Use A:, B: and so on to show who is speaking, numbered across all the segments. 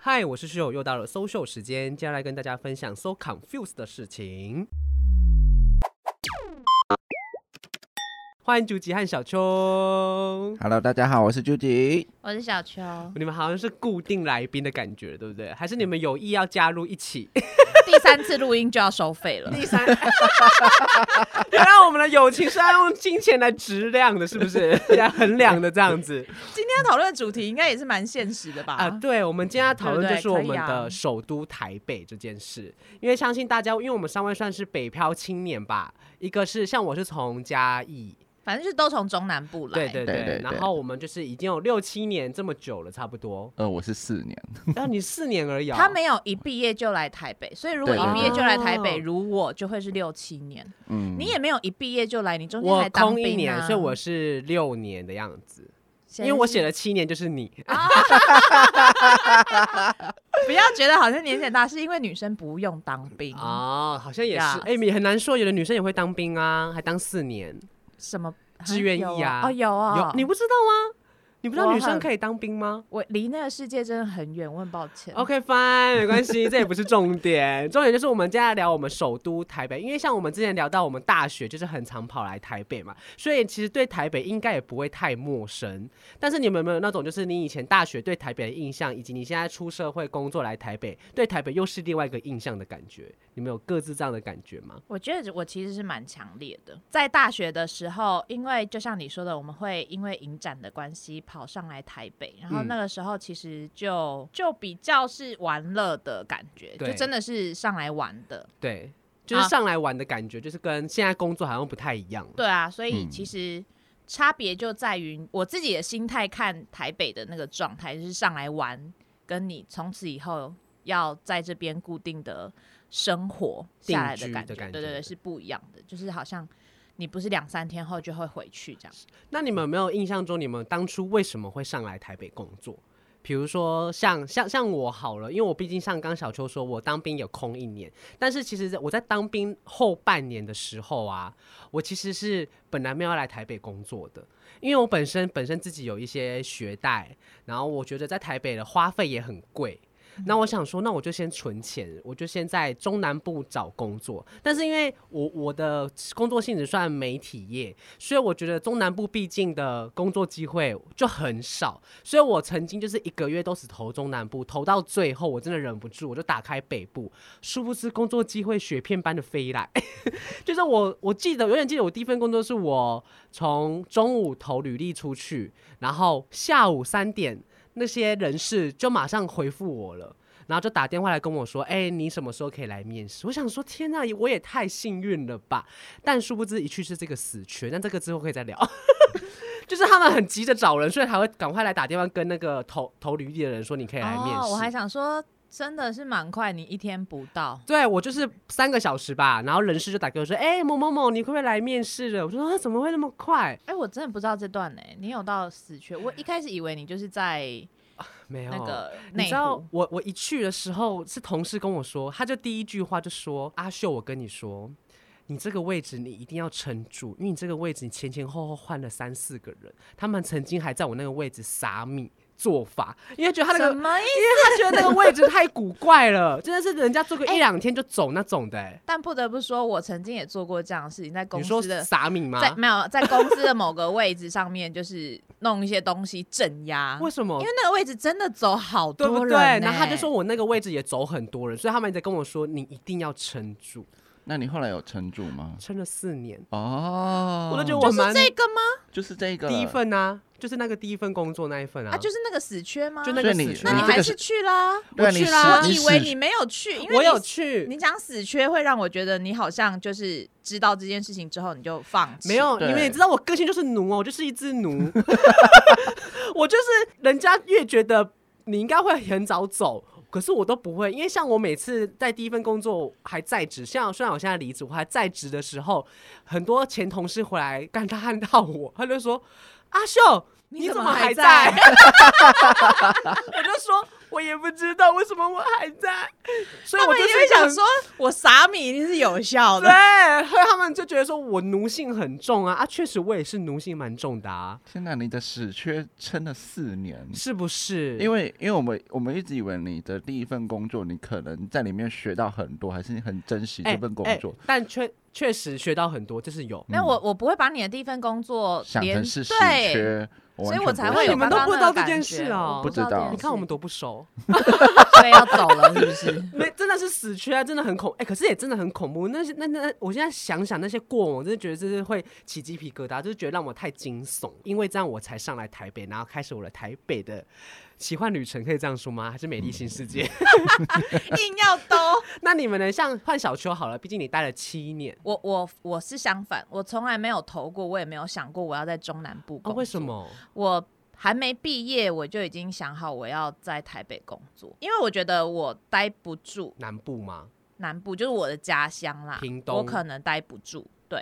A: 嗨，我是秀，又到了搜秀时间，接下来跟大家分享 so confused 的事情。欢迎竹吉和小秋，
B: Hello，大家好，我是 Judy。
C: 我是小秋，
A: 你们好像是固定来宾的感觉，对不对？还是你们有意要加入一起？
C: 第三次录音就要收费了。
A: 第三，原来我们的友情是要用金钱来质量的，是不是？ 来衡量的这样子
C: 今天要讨论的主题应该也是蛮现实的吧？
A: 啊？对，我们今天要讨论
C: 对
A: 就
C: 对
A: 是我们
C: 可以啊
A: 的首都台北这件事，因为相信大家，因为我们三位算是北漂青年吧，一个是像我是从嘉义，
C: 反正就是都从中南部来。
A: 对对
B: 对对对，
A: 然后我们就是已经有六七年这么久了，差不 多
B: 呃，我是四年，
A: 然后你四年而已哦，
C: 他没有一毕业就来台北，所以如果
B: 对对
C: 一
B: 对
C: 毕业就来台北，
A: 哦
C: 如我就会是六七年。
B: 嗯，
C: 你也没有一毕业就来，你中间
A: 我
C: 还当
A: 空一
C: 兵
A: 年，
C: 啊？
A: 所以我是六年的样子，
C: 显
A: 因
C: 然
A: 为我写了七年，就是 你。
C: 不要觉得好像年纪很大，是因为女生不用当兵啊？
A: 哦，好像也是，
C: 呀
A: 哎、你很难说，有的女生也会当兵啊，还当四年，
C: 什么啊
A: 志愿役啊
C: 有哦有
A: 有
C: 啊，
A: 你不知道吗？你不知道
C: 我
A: 女生
C: 很
A: 可以当兵吗
C: 我离那个世界真的很远，我很抱歉。
A: ？OK fine，没关系， 这也不是重点，重点就是我们接下来聊我们首都台北，因为像我们之前聊到我们大学就是很常跑来台北嘛，所以其实对台北应该也不会太陌生。但是你们有没有那种就是你以前大学对台北的印象，以及你现在出社会工作来台北，对台北又是另外一个印象的感觉？你们有各自这样的感觉吗？
C: 我觉得我其实是蛮强烈的。在大学的时候，因为就像你说的，我们会因为影展的关系跑上来台北，然后
A: 嗯
C: 那个时候其实就就比较是玩乐的感觉，
A: 对
C: 就真的是上来玩的。
A: 对，就是
C: 啊
A: 上来玩的感觉，就是跟现在工作好像不太一样。
C: 对啊，所以
B: 嗯
C: 其实差别就在于我自己的心态看台北的那个状态，就是上来玩，跟你从此以后要在这边固定的生活
A: 定
C: 下来
A: 居
C: 的感
A: 的
C: 觉，
A: 感
C: 对对
A: 觉
C: 对，是不一样的，就是好像。你不是两三天后就会回去这样？
A: 那你们有没有印象中，你们当初为什么会上来台北工作？比如说像像像我好了，因为我毕竟像刚小秋说，我当兵有空一年，但是其实我在当兵后半年的时候啊，我其实是本来没有要来台北工作的，因为我本身本身自己有一些学贷，然后我觉得在台北的花费也很贵。那我想说，那我就先存钱，我就先在中南部找工作。但是因为我我的工作性质算媒体业，所以我觉得中南部毕竟的工作机会就很少，所以我曾经就是一个月都只投中南部，投到最后我真的忍不住，我就打开北部，殊不知工作机会雪片般的飞来。 就是我我记得，永远记得我第一份工作是我从中午投履历出去，然后下午三点那些人事就马上回复我了。然后就打电话来跟我说：“哎、你什么时候可以来面试？”我想说：“天呐，我也太幸运了吧！”但殊不知一去是这个死缺，但这个之后可以再聊。 就是他们很急着找人，所以才会赶快来打电话跟那个投投履历的人说：“你可以来面试。
C: 哦，我还想说，真的是蛮快，你一天不到。
A: 对我就是三个小时吧，然后人事就打给我说：“哎、某某某，你会不会来面试了？”我就说、啊：“怎么会那么快
C: 哎、我真的不知道这段呢、你有到死缺？我一开始以为你就是在？”
A: 没有
C: 那个
A: 你
C: 内
A: 知道
C: 湖，
A: 我我一去的时候，是同事跟我说，他就第一句话就说：“阿秀，我跟你说，你这个位置你一定要撑住，因为你这个位置你前前后后换了三四个人，他们曾经还在我那个位置撒米做法，因为觉得他那
C: 什
A: 个
C: 么意思？
A: 他觉得那个位置太古怪了，真的是人家做
C: 哎
A: 个一两天就走那种的、欸。
C: 但不得不说，我曾经也做过这样的事情，在公
A: 你说
C: 司的
A: 撒米吗？
C: 在没有在公司的某个位置上面，就是弄一些东西镇压，
A: 为什么？
C: 因为那个位置真的走好
A: 对不
C: 多
A: 对？
C: 人、欸，
A: 然后他就说我那个位置也走很多人，所以他们一直跟我说你一定要撑住，
B: 那你后来有撑住吗？
A: 撑了四年，
B: 哦，
A: 我都觉得我
C: 就是
A: 蛮
C: 这个吗？
B: 就是这个
A: 第一，份啊，就是那个第一份工作那一份啊，
C: 啊，就是那个死缺吗？
A: 就那
B: 所
A: 个啊
B: 以你
A: 死缺
C: 那你
B: 这个
C: 还
B: 是
C: 是去啦。
B: 对
A: 我
B: 你
A: 去
B: 是
A: 啦
C: 我
B: 你
C: 以为
B: 是
C: 你没有去，因为
A: 我
C: 你
A: 有去，
C: 你讲死缺会让我觉得你好像就是知道这件事情之后你就放弃，
A: 没有，
B: 对
A: 因为你知道我个性就是奴哦，我就是一只 奴， 我就是人家越觉得你应该会很早走。可是我都不会，因为像我每次在第一份工作还在职，像虽然我现在离职，我还在职的时候，很多前同事回来干他看到我，他就说：“阿秀，
C: 你
A: 怎么
C: 怎么
A: 还
C: 还
A: 在
C: 在？
A: 我就说我也不知道为什么我还在，所以
C: 他
A: 我
C: 们
A: 就
C: 也
A: 是
C: 会
A: 一个很
C: 想说，我撒米一定是有效的。
A: 对，啊 所以他们就觉得说我奴性很重啊啊，确实我也是奴性蛮重的啊，
B: 天哪，你的屎缺撑了四年，
A: 是不是？
B: 因
A: 为
B: 为因为我们我们一直以为你的第一份工作，你可能在里面学到很多，还是你很珍惜
A: 哎
B: 这份工作，
A: 但确确实学到很多，这是有。
C: 没有我，我不会把你的第一份工作
B: 想
C: 连
B: 成是屎
C: 对，
B: 缺，
C: 所
B: 完
C: 以
B: 全
C: 我
B: 不
C: 才
B: 会
C: 会
A: 那
C: 有
A: 你们
C: 刚
A: 都
C: 刚
A: 不知
C: 那
A: 道
C: 个
A: 这件
C: 感
A: 事
C: 觉
A: 哦
C: 我不
B: 不知道
C: 这件
A: 你看我们
C: 事
A: 多不熟，
C: 所以要走了是不是？
A: 没真的是死缺啊，真的很恐，哎、可是也真的很恐怖。那些那那，我现在想想那些过往，我真的觉得这是会起鸡皮疙瘩，就是觉得让我太惊悚，因为这样我才上来台北，然后开始我的台北的奇幻旅程，可以这样说吗？还是美丽新世界？
C: 硬要兜。
A: 那你们呢？像换小秋好了，毕竟你待了七年
C: 我我我是相反，我从来没有投过，我也没有想过我要在中南部
A: 哦，
C: 工作。
A: 为什？么？
C: 我还没毕业，我就已经想好我要在台北工作，因为我觉得我待不住
A: 南部吗？
C: 南部，就是我的家乡啦，
A: 屏东
C: 我可能待不住。对，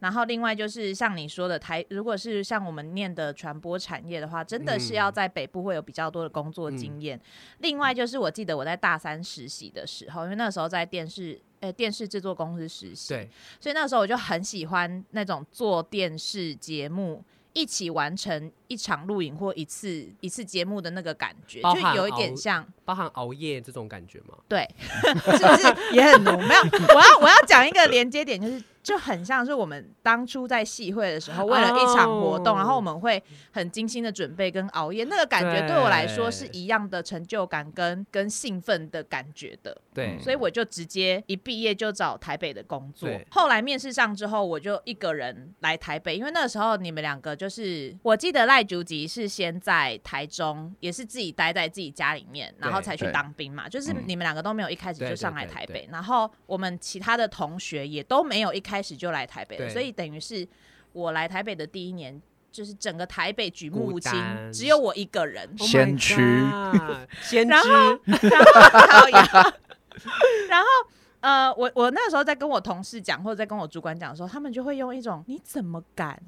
C: 然后另外就是像你说的台，如果是像我们念的传播产业的话，真的是要
A: 嗯
C: 在北部会有比较多的工作经验。另外就是我记得我在大三实习的时候，因为那时候在电视。呃，电视制作公司实习，
A: 对，
C: 所以那时候我就很喜欢那种做电视节目。一起完成一场录影或一次一次节目的那个感觉，
A: 包
C: 就
A: 含
C: 有一
A: 熬
C: 点像，
A: 包含熬夜这种感觉吗？
C: 对， 是不是也很浓？没有，我要我要讲一个连接点，就是就很像是我们当初在戏会的时候，为了一场活
A: 哦
C: 动然后我们会很精心的准备跟熬夜，那个感觉
A: 对
C: 对我来说是一样的成就感跟跟兴奋的感觉的。
B: 嗯
A: 对，
C: 所以我就直接一毕业就找台北的工作
A: 对。
C: 后来面试上之后，我就一个人来台北，因为那个时候你们两个就是，我记得赖竹吉是先在台中，也是自己待在自己家里面，然后才去
B: 对
C: 当兵嘛。就是
B: 嗯
C: 你们两个都没有一开始
A: 对
C: 就
A: 对
C: 上来
A: 对
C: 台
A: 对
C: 北，然后我们其他的同学也都没有一开始就来台北的，
A: 对
C: 所以等于是我来台北的第一年。就是整个台北举目
A: 孤
C: 无亲，
A: 单
C: 只有我一个人，
A: Oh my
B: 先驱
A: God，先 嗯
C: 然
A: 知，
C: 然后 靠腰然后呃，我我那时候在跟我同事讲，或者在跟我主管讲的时候，他们就会用一种“你怎么敢”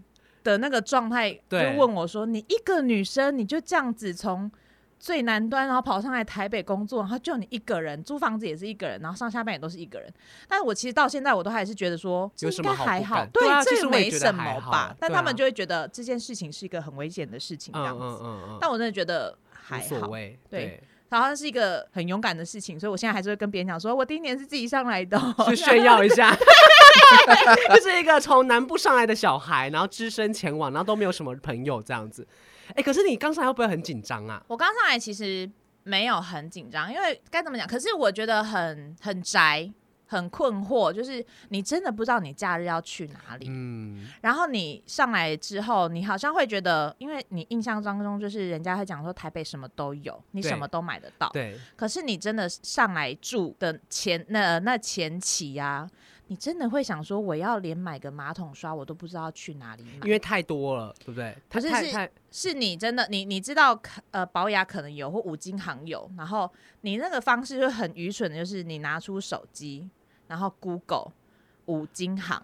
C: 的那个状态，就
A: 对
C: 问我说：“你一个女生，你就这样子从最南端，然后跑上来台北工作，然后就你一个人，租房子也是一个人，然后上下班也都是一个人。”但我其实到现在我都还是觉得说，
A: 有
C: 应
A: 什
C: 该
A: 么好
C: 还
A: 不
C: 好，
A: 敢对啊其
C: 这
A: 实
C: 个
A: 我也
C: 没
A: 觉得
C: 什
A: 还
C: 么
A: 好
C: 吧。但
A: 对
C: 他们
A: 啊
C: 就会觉得这件事情是一个很危险的事情，这样
A: 嗯
C: 子。
A: 嗯嗯嗯，
C: 但我真的觉得还
A: 无
C: 好，
A: 所谓，
C: 对，然后是一个很勇敢的事情，所以我现在还是会跟别人讲说，我第一年是自己上来的、哦，
A: 去 炫耀一下， 就是一个从南部上来的小孩，然后只身前往，然后都没有什么朋友这样子。哎，可是你刚才会不会很紧张啊？
C: 我刚上来其实没有很紧张，因为该怎么讲？可是我觉得很很宅，很困惑，就是你真的不知道你假日要去哪里。
A: 嗯，
C: 然后你上来之后，你好像会觉得，因为你印象当中就是人家会讲说台北什么都有，你
A: 对
C: 什么都买得到。
A: 对，
C: 可是你真的上来住的前那那前期啊，你真的会想说，我要连买个马桶刷我都不知道去哪里买
A: 因。为太多了，对不对？
C: 可是
A: 太
C: 是
A: 太
C: 是你真的，你你知道可，呃，保雅可能有或五金行有，然后你那个方式就很愚蠢的，就是你拿出手机，然后 Google 五金行，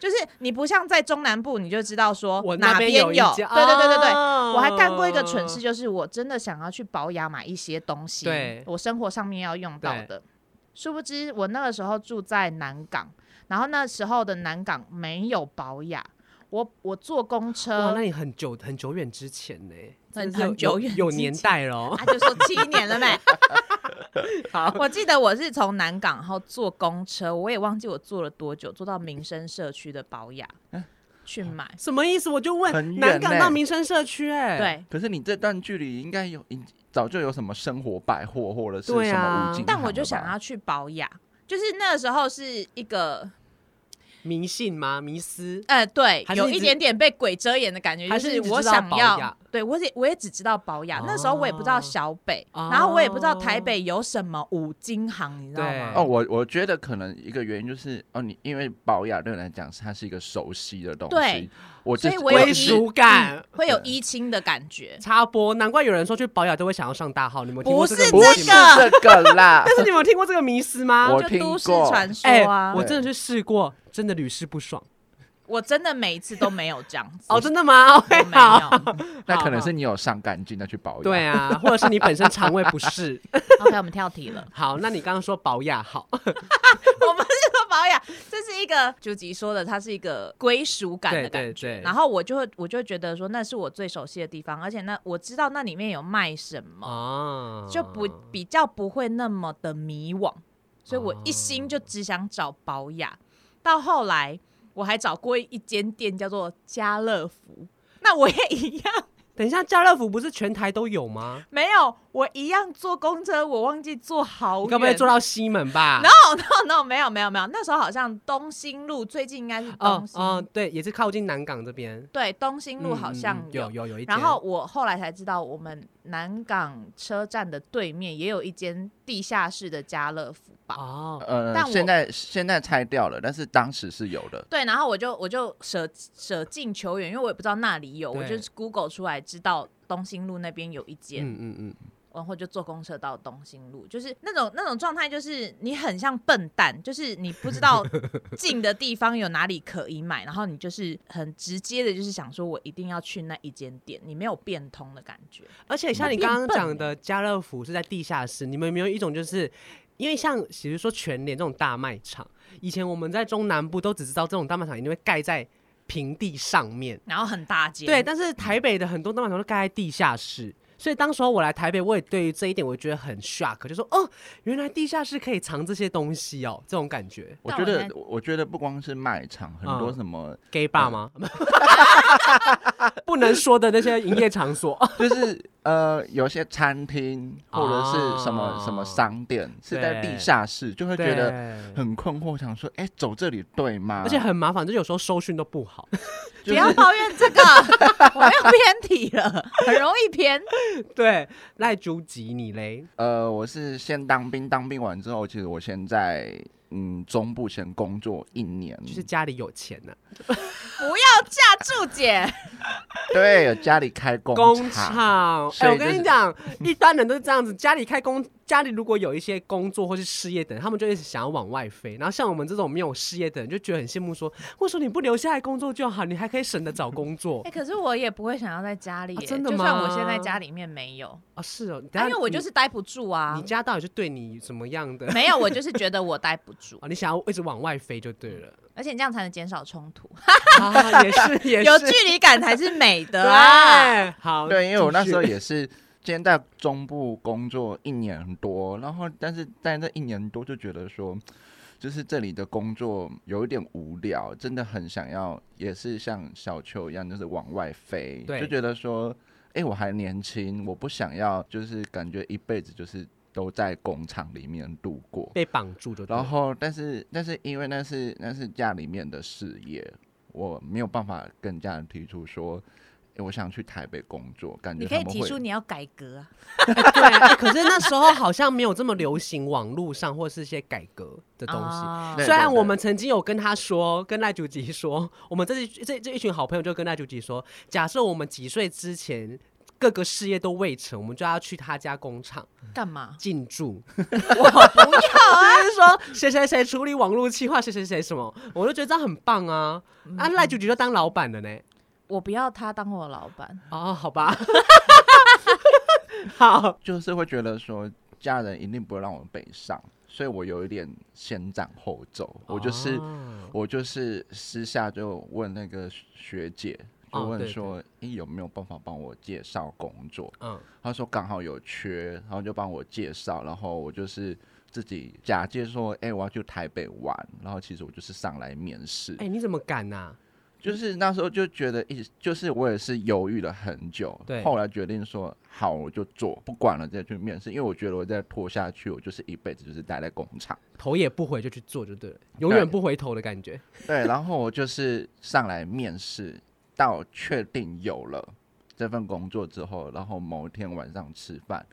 C: 就是你不像在中南部，你就知道说
A: 我那
C: 哦哪
A: 边
C: 边有，
A: 一
C: 对
A: 家
C: 对对对对。
A: 哦
C: 我还干过一个蠢事，就是我真的想要去保雅买一些东西，
A: 对
C: 我生活上面要用到的。殊不知我那个时候住在南港，然后那时候的南港没有保雅，我我坐公
A: 哇，
C: 车
A: 那，你很久很久远之前呢，真
C: 很
A: 的是有
C: 很久远
A: 有有
C: 之
A: 年
C: 前
A: 代了哦。
C: 他就说七年了没？
A: 好，
C: 我记得我是从南港，然后坐公车，我也忘记我坐了多久，坐到民生社区的保雅
A: 嗯
C: 去买。
A: 什么意思？我就
B: 很
A: 问，
B: 远
A: 南港
B: 呢
A: 到民生社区，哎，，
C: 对，
B: 可是你这段距离应该有，已早就有什么生活百货或者是
A: 对
B: 什
A: 啊
B: 么五金行了吧，
C: 但我就想要去保雅，就是那个时候是一个
A: 迷信吗？迷思？
C: 呃，对
A: 还，是
C: 有
A: 一
C: 一
A: 直
C: 点点被鬼遮眼的感觉，
A: 还
C: 就是是
A: 一直
C: 我
A: 知道
C: 想
A: 保
C: 要
A: 雅，
C: 对我也我也只知道保雅，那时候我也不知道
A: 哦
C: 小北，
A: 哦
C: 然后我也不知道台北有什么五金行，你知道吗
A: 对？
B: 哦，我我觉得可能一个原因就是哦，你因为保雅对你来讲，它是一个熟悉的东西，
C: 对
B: 我就
C: 所以
B: 是
C: 我有
A: 归
C: 一嗯
A: 属感。
C: 会有
B: 对
C: 一清的感觉，
A: 插播，难怪有人说去保养都会想要上大号，你们有听过
C: 不
A: 这个
C: 是
B: 不
A: 迷
B: 是
A: 思吗
B: 这个 啦
A: 但，是 你们有听过这个迷思吗？
B: 我
C: 就
B: 听
C: 都市
B: 过
C: 传说
A: 哎、
C: 啊。
A: 我真的去试过，真的屡试不爽。
C: 我真的每一次都没有 这样子，
A: 哦，真的吗？OK，
C: 都没
A: 好，
C: 有。
B: 那可能
A: 好
B: 是你有上干净，那去保养。
A: 对
C: 哦
A: 啊，或者是你本身肠胃不适。
C: OK，我们跳题了。
A: 好，那你刚刚说保养好，
C: 我们这个保养，这是一个九吉说的，它是一个归属感的
A: 对
C: 感觉。
A: 对对，
C: 然后我就会，我就会觉得说，那是我最熟悉的地方，而且那我知道那里面有卖什么，
A: 哦，
C: 就不比较不会那么的迷惘，所以我一心就只想找保养。到后来，我还找过一间店叫做家乐福，那我也一样，
A: 等一下，家乐福不是全台都有吗？
C: 没有，我一样坐公车，我忘记坐好
A: 你
C: 远，
A: 该不会做到西门吧？
C: No no no，没有没有没有，那时候好像东兴路最近应该是东
A: 哦
C: 兴，
A: 哦，对，也是靠近南港这边。
C: 对东兴路
A: 嗯
C: 好
A: 嗯
C: 像
A: 嗯
C: 有。
A: 有有有一间，
C: 然后我后来才知道，我们南港车站的对面也有一间地下室的家乐福吧。
A: 哦，
B: 呃
C: 但，我
B: 现在现在拆掉了，但是当时是有的。
C: 对，然后我就我就舍舍近求远，因为我也不知道那里有，我就
A: 对
C: Google 出来知道东兴路那边有一间，
A: 嗯嗯嗯，
C: 然后就坐公车到东兴路，就是那种那种状态，就是你很像笨蛋，就是你不知 道近的地方有哪里可以买，然后你就是很直接的，就是想说我一定要去那一间店，你没有变通的感觉。
A: 而且像你
C: 变
A: 刚刚
C: 笨
A: 讲
C: 了
A: 的家乐福是在地下室，你们有没有一种就是，因为像比如说全联这种大卖场，以前我们在中南部都只知道这种大卖场一定会盖在平地上面，
C: 然后很大间，
A: 对，但是台北的很多大卖场都盖在地下室。所以当时候我来台北，我也对于这一点我觉得很 shock，就说哦，原来地下室可以藏这些东西哦，这种感觉。
B: 我
C: 但
B: 觉
C: 我
B: 得
C: 现在，嗯
B: 我我觉得不光是卖场，很多什么，
A: gay bar 吗？ 不能说的那些营业场 所，
B: 就是呃，有些餐 厅或者是什么、
A: 啊
C: 哦
B: 什么商店是在
A: 对
B: 地下室，就会觉得
A: 对
B: 很困惑，想说，哎、走这里对吗？
A: 而且很麻烦，就有时候搜讯都不好。
B: 就
C: 不要
B: 是
C: 抱怨这个， 我要偏题了，很容易偏。
A: 对，赖朱吉你嘞，
B: 呃，我是先当兵，当兵完之后，其实我现在嗯中部先工作一年，
A: 就是家里有钱呐、
C: 不要架住姐，
B: 对，有家里开工
A: 工
B: 厂。
A: 厂。哎、
B: 所以
A: 我
B: 就
A: 跟
B: 是
A: 你讲，一般人都是这样子，家里开工，家里如果有一些工作或是事业等，他们就一直想要往外飞。然后像我们这种没有事业的人，就觉得很羡慕说，为什么你不留下来工作就好，你还可以省得找工作
C: 哎、可是我也不会想要在家里耶、
A: 啊真的
C: 就算我
A: 吗
C: 现在家里面没有，
A: 啊？是哦，
C: 啊
A: 等下
C: 因为我就
A: 你
C: 是待不住啊
A: 你，家到底是对你怎么样的？
C: 没有，我就是觉得我待不住，
A: 啊，你想要一直往外飞就对 了，
C: 而且你这样才能减少冲突。
A: 啊、也是也是
C: 有距离感才是美的啊！
A: 对，好，
B: 对，因为我那时候
A: 继续
B: 也是先在中部工作一年多，然后但是在那一年多就觉得说，就是这里的工作有一点无聊，真的很想要，也是像小秋一样，就是往外飞，
A: 对
B: 就觉得说，哎、我还年轻，我不想要，就是感觉一辈子就是都在工厂里面度过。
A: 被绑住就对了
B: 然后，但是但是因为那是那是家里面的事业，我没有办法跟家人提出说，诶我想去台北工作，感觉
C: 你可以
B: 他们
C: 提
B: 会
C: 出你要改革啊，
A: 对、欸可是那时候好像没有这么流行网络上或是一些改革的东西。
C: 哦
B: 对
A: 虽然我们曾经有跟他说，跟赖主吉说，我们这这这一群好朋友就跟赖主吉说，假设我们几岁之前各个事业都未成，我们就要去他家工厂
C: 干嘛？
A: 进驻，
C: 我不要啊！
A: 就是说谁谁谁处理网络企划，谁谁谁什么，我就觉得这样很棒啊。啊，赖主吉就当老板了呢。
C: 我不要他当我的老板。
A: 哦，好吧， 好，
B: 就是会觉得说家人一定不会让我北上，所以我有一点先斩后奏，我就是、
A: 哦
B: 我就是私下就问那个学姐，就
A: 哦
B: 问
A: 对
B: 说，诶有没有办法帮我介绍工作？
A: 嗯，
B: 他说刚好有缺，然后就帮我介绍，然后我就是自己假借说，哎、我要去台北玩，然后其实我就是上来面试，
A: 哎、你怎么敢呐、
B: 就是那时候就觉得一，就是我也是犹豫了很久，
A: 对
B: 后来决定说好，我就做，不管了，再去面试，因为我觉得我再拖下去，我就是一辈子就是待在工厂，
A: 头也不回就去做就对了，永远不回头的感觉。
B: 对，然后我就是上来面试，到确定有了这份工作之后，然后某一天晚上吃饭，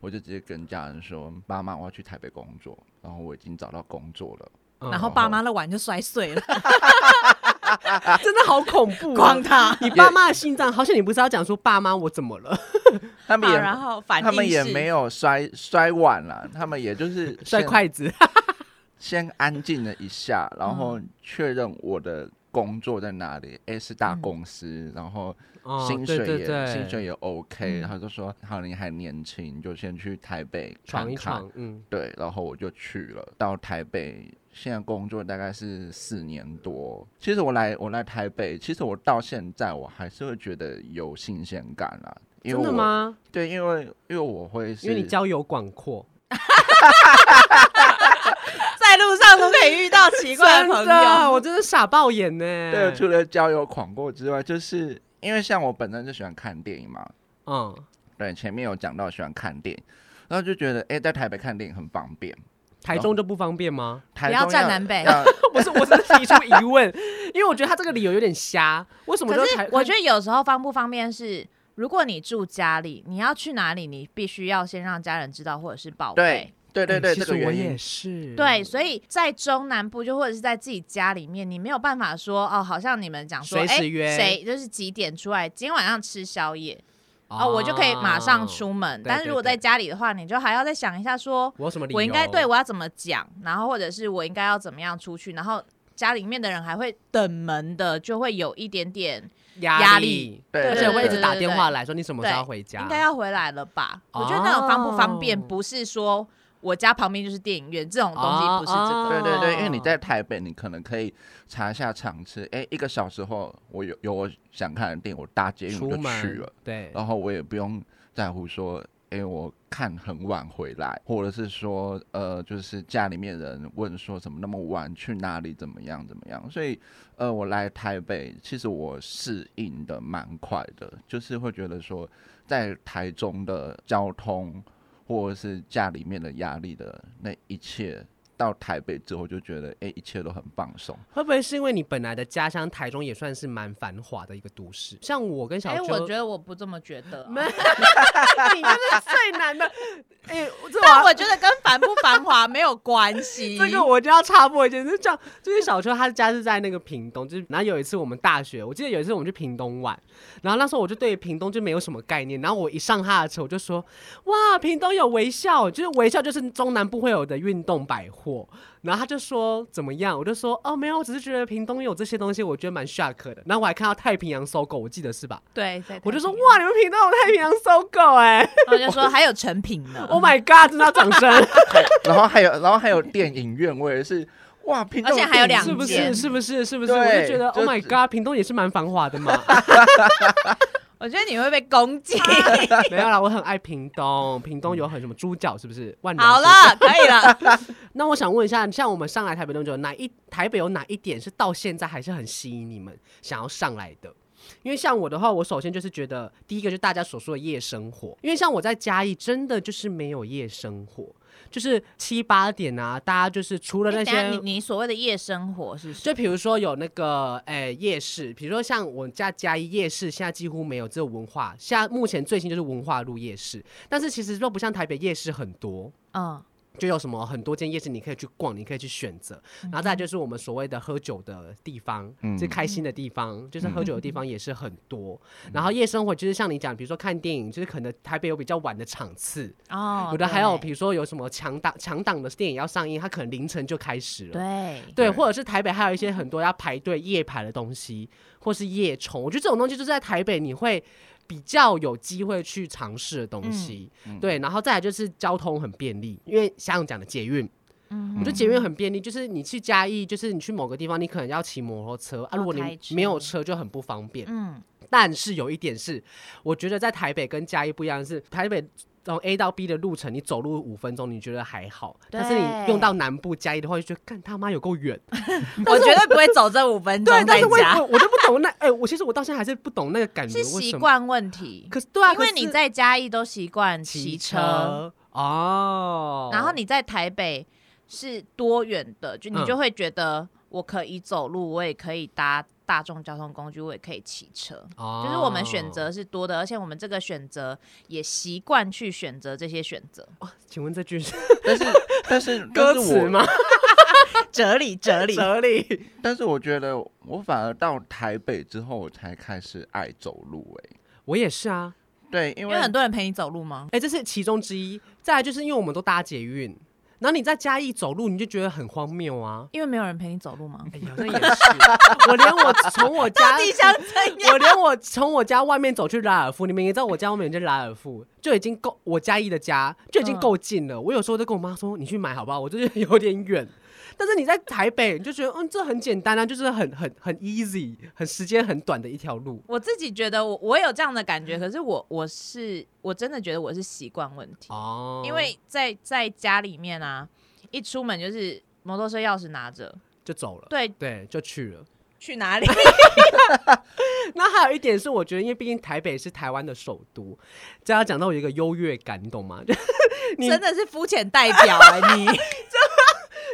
B: 我就直接跟家人说：“爸妈，我要去台北工作，然后我已经找到工作了。
A: 嗯
C: 然后爸妈的碗就摔碎了，
A: 真的好恐怖、啊
C: 光！他。
A: 你爸妈的心脏，好像你不是要讲说爸妈我怎么了，”
B: 他们
C: 好，然
B: 也
C: 后反应
B: 他们也没
C: 有，
B: 有摔摔碗了，他们也就是啊
A: 摔
B: 先
A: 筷子，
C: 嗯
B: 先安静了一下，然后确认我的工作在哪里？诶，是
C: 嗯
B: 大公司，然后
A: 哦，
B: 薪水
A: 对对
B: 也、
A: 对，
B: 薪水也 OK，、
C: 嗯
B: 然后就说好，你还年轻，你就先去台北看
A: 闯一
B: 看
A: 闯，嗯，
B: 对，然后我就去了，到台北，现在工作大概是四年多。其实我来我来台北，其实我到现在我还是会觉得有新鲜感啊，因
A: 真
B: 为
A: 的
B: 我
A: 吗？
B: 对，因为因为我会是
A: 因为你交友广阔，
C: 在路上都可以遇到奇怪的朋
A: 真的，我
C: 友。
A: 真是傻爆眼呢。
B: 对，除了交友狂过之外，就是因为像我本身就喜欢看电影嘛，
A: 嗯，
B: 对，前面有讲到喜欢看电影，然后就觉得哎、诶在台北看电影很方便，
A: 台中就不方便吗？
B: 台
C: 要
B: 中
C: 站南北
B: 要
A: 不是，我是提出疑问，因为我觉得他这个理由有点瞎。为什么？
C: 可是我觉得有时候方不方便是，如果你住家里，你要去哪里，你必须要先让家人知道或者是报备
B: 对。对对对，
A: 嗯其
B: 这
A: 实
B: 个
A: 我
B: 原因
A: 也是，
C: 对，所以在中南部就或者是在自己家里面，你没有办法说哦，好像你们讲说，
A: 随时
C: 哎，
A: 约
C: 谁就是几点出来，今天晚上吃宵夜哦，我就可以马上出门。
A: 对
C: 但是
A: 对
C: 如果
A: 对
C: 在家里的话，你就还要再想一下说，
A: 我有什么理由？
C: 我应该对我要怎么讲，然后或者是我应该要怎么样出去，然后家里面的人还会等门的，就会有一点点
A: 压
C: 压
A: 力
C: 力，
B: 对
A: 而
C: 对
A: 且
B: 对
A: 我一直
B: 对
A: 打
C: 对
A: 电话来说你什么时候
C: 对
A: 要回家？
C: 应该要回来了吧？我觉得那种方不方便，
A: 哦
C: 不是说我家旁边就是电影院这种东西，不是这
A: 哦
C: 个。
B: 对对对，因为你在台北，你可能可以查一下场次。哎，一个小时后我有有我想看的电影，我搭捷运
A: 出
B: 我就
A: 门
B: 去了，，啊
A: 对，
B: 然后我也不用在乎说，哎，我看很晚回来，或者是说，呃，就是家里面人问说怎么那么晚去哪里，怎么样怎么样。所以，呃，我来台北，其实我适应的蛮快的，就是会觉得说，在台中的交通或者是家里面的压力的那一切，到台北之后就觉得，哎、一切都很放松。
A: 会不会是因为你本来的家乡台中也算是蛮繁华的一个都市？像我跟小
C: 哎，
A: 秋，
C: 我觉得我不这么觉得啊、
A: 没， 你就是最难的。哎，这
C: 但
A: 我
C: 我觉得跟繁不繁华没有关 系。
A: 这个我就要插播一件事，这样就是小秋他的家是在那个屏东，就是然后有一次我们大学，我记得有一次我们去屏东玩，然后那时候我就对屏东就没有什么概念，然后我一上他的车我就说，哇，屏东有微笑，就是微笑就是中南部会有的运动百货，然后他就说怎么样，我就说哦没有，我只是觉得屏东有这些东西，我觉得蛮 shock 的，然后我还看到太平洋搜狗，我记得是吧？
C: 对，
A: 我就说，哇，你们屏东有太平洋搜狗哎、
C: 我就说还有成品 呢
A: o h my god，真的要掌声。
B: 然后还有，然后还有电影院，我也是，哇，屏
C: 而且
B: 东的
C: 还有
B: 电影
C: 两
A: 是不
C: 间
A: 是？是不是？是不是？我就
B: 对
A: 觉得
B: 就
A: ，Oh my
B: 只
A: god，屏东也是蛮繁华 的嘛。
C: 我觉得你会被攻 击。
A: 没有啦，我很爱屏东，屏东有很什么猪脚，是不是？万能
C: 好
A: 猪。
C: 了，可以了。
A: 那我想问一下，像我们上来台北那么久，哪一台北有哪一点是到现在还是很吸引你们想要上来的？因为像我的话，我首先就是觉得第一个就是大家所说的夜生活，因为像我在嘉义真的就是没有夜生活，就是七八点啊，大家就是除了那
C: 哎等一
A: 些、
C: 下你你所谓的夜生活是什
A: 就
C: 么？
A: 比如说有那个诶、夜市，比如说像我家嘉义夜市，现在几乎没有，只有文化。现在目前最新就是文化路夜市，但是其实若不像台北夜市很多。
C: 嗯，
A: 就有什么很多间夜市，你可以去逛，你可以去选择。然后再来就是我们所谓的喝酒的地方，
B: 嗯
A: 是开心的地方，就是喝酒的地方也是很多。然后夜生活就是像你讲，比如说看电影，就是可能台北有比较晚的场次，
C: 哦，
A: 有的还有
C: 对
A: 比如说有什么强档强档的电影要上映，它可能凌晨就开始了。
C: 对，
A: 对，
B: 对
A: 或者是台北还有一些很多要排队夜排的东西，或是夜冲，我觉得这种东西就是在台北你会比较有机会去尝试的
C: 嗯
A: 东西。对，然后再来就是交通很便利，因为像讲的捷运。
C: 嗯
A: 我觉得捷运很便利，就是你去嘉义，就是你去某个地方，你可能要骑摩托车啊，
C: 要
A: 如果你
C: 开车
A: 没有车就很不方便。
C: 嗯，
A: 但是有一点是，我觉得在台北跟嘉义不一样的是，台北从 A 到 B 的路程，你走路五分钟你觉得还好，但是你
C: 对
A: 用到南部嘉义的话，就觉得干他妈有够远。
C: 我绝对不会走这五分
A: 对，
C: 钟
A: 但
C: 在
A: 是我也
C: 家，
A: 我我就不懂那哎、我其实我到现在还是不懂那个感觉
C: 是
A: 为
C: 习
A: 什么。
C: 惯问题。
A: 可是对啊，
C: 因为你
A: 可是
C: 在嘉义都习惯骑
A: 骑
C: 车，
A: 哦，
C: 然后你在台北是多远的，就
A: 嗯
C: 你就会觉得我可以走路，我也可以搭大众交通工具，我也可以骑车。
A: 哦
C: 就是我们选择是多的，而且我们这个选择也习惯去选择这些选择。
A: 请问这句是
B: 但是但是
A: 歌
B: 但是
A: 词
B: 我
A: 吗？
C: 哲理，哲
A: 哲理
B: 但是我觉得我反而到台北之后，我才开始爱走路、欸。
A: 我也是啊，
B: 对，因
C: 因
B: 为
C: 为很多人陪你走路吗？
A: 哎、这是其中之一。再来就是因为我们都搭捷运，然后你在嘉义走路，你就觉得很荒谬啊。
C: 因为没有人陪你走路嘛。
A: 哎，好像也是。 我连我从我家
C: 到底想 怎样？
A: 我连我从我家外面走去拉尔夫，你们也知道我家外面就是拉尔夫，就已经够我嘉义的家就已经够近了。我有时候就跟我妈说：“你去买好不好？”我就是有点远。但是你在台北，你就觉得嗯，这很简单啊，就是很很很 easy，很时间很短的一条路。
C: 我自己觉得我我有这样的感觉，可是我我是我真的觉得我是习惯问题，
A: 哦，
C: 因为在在家里面啊，一出门就是摩托车钥匙拿着，
A: 就走了，
C: 对，
A: 对，就去了。
C: 去哪里？
A: 那还有一点是，我觉得，因为毕竟台北是台湾的首都，这要讲到有一个优越感，你懂吗？就你
C: 真的是肤浅代 表啊你。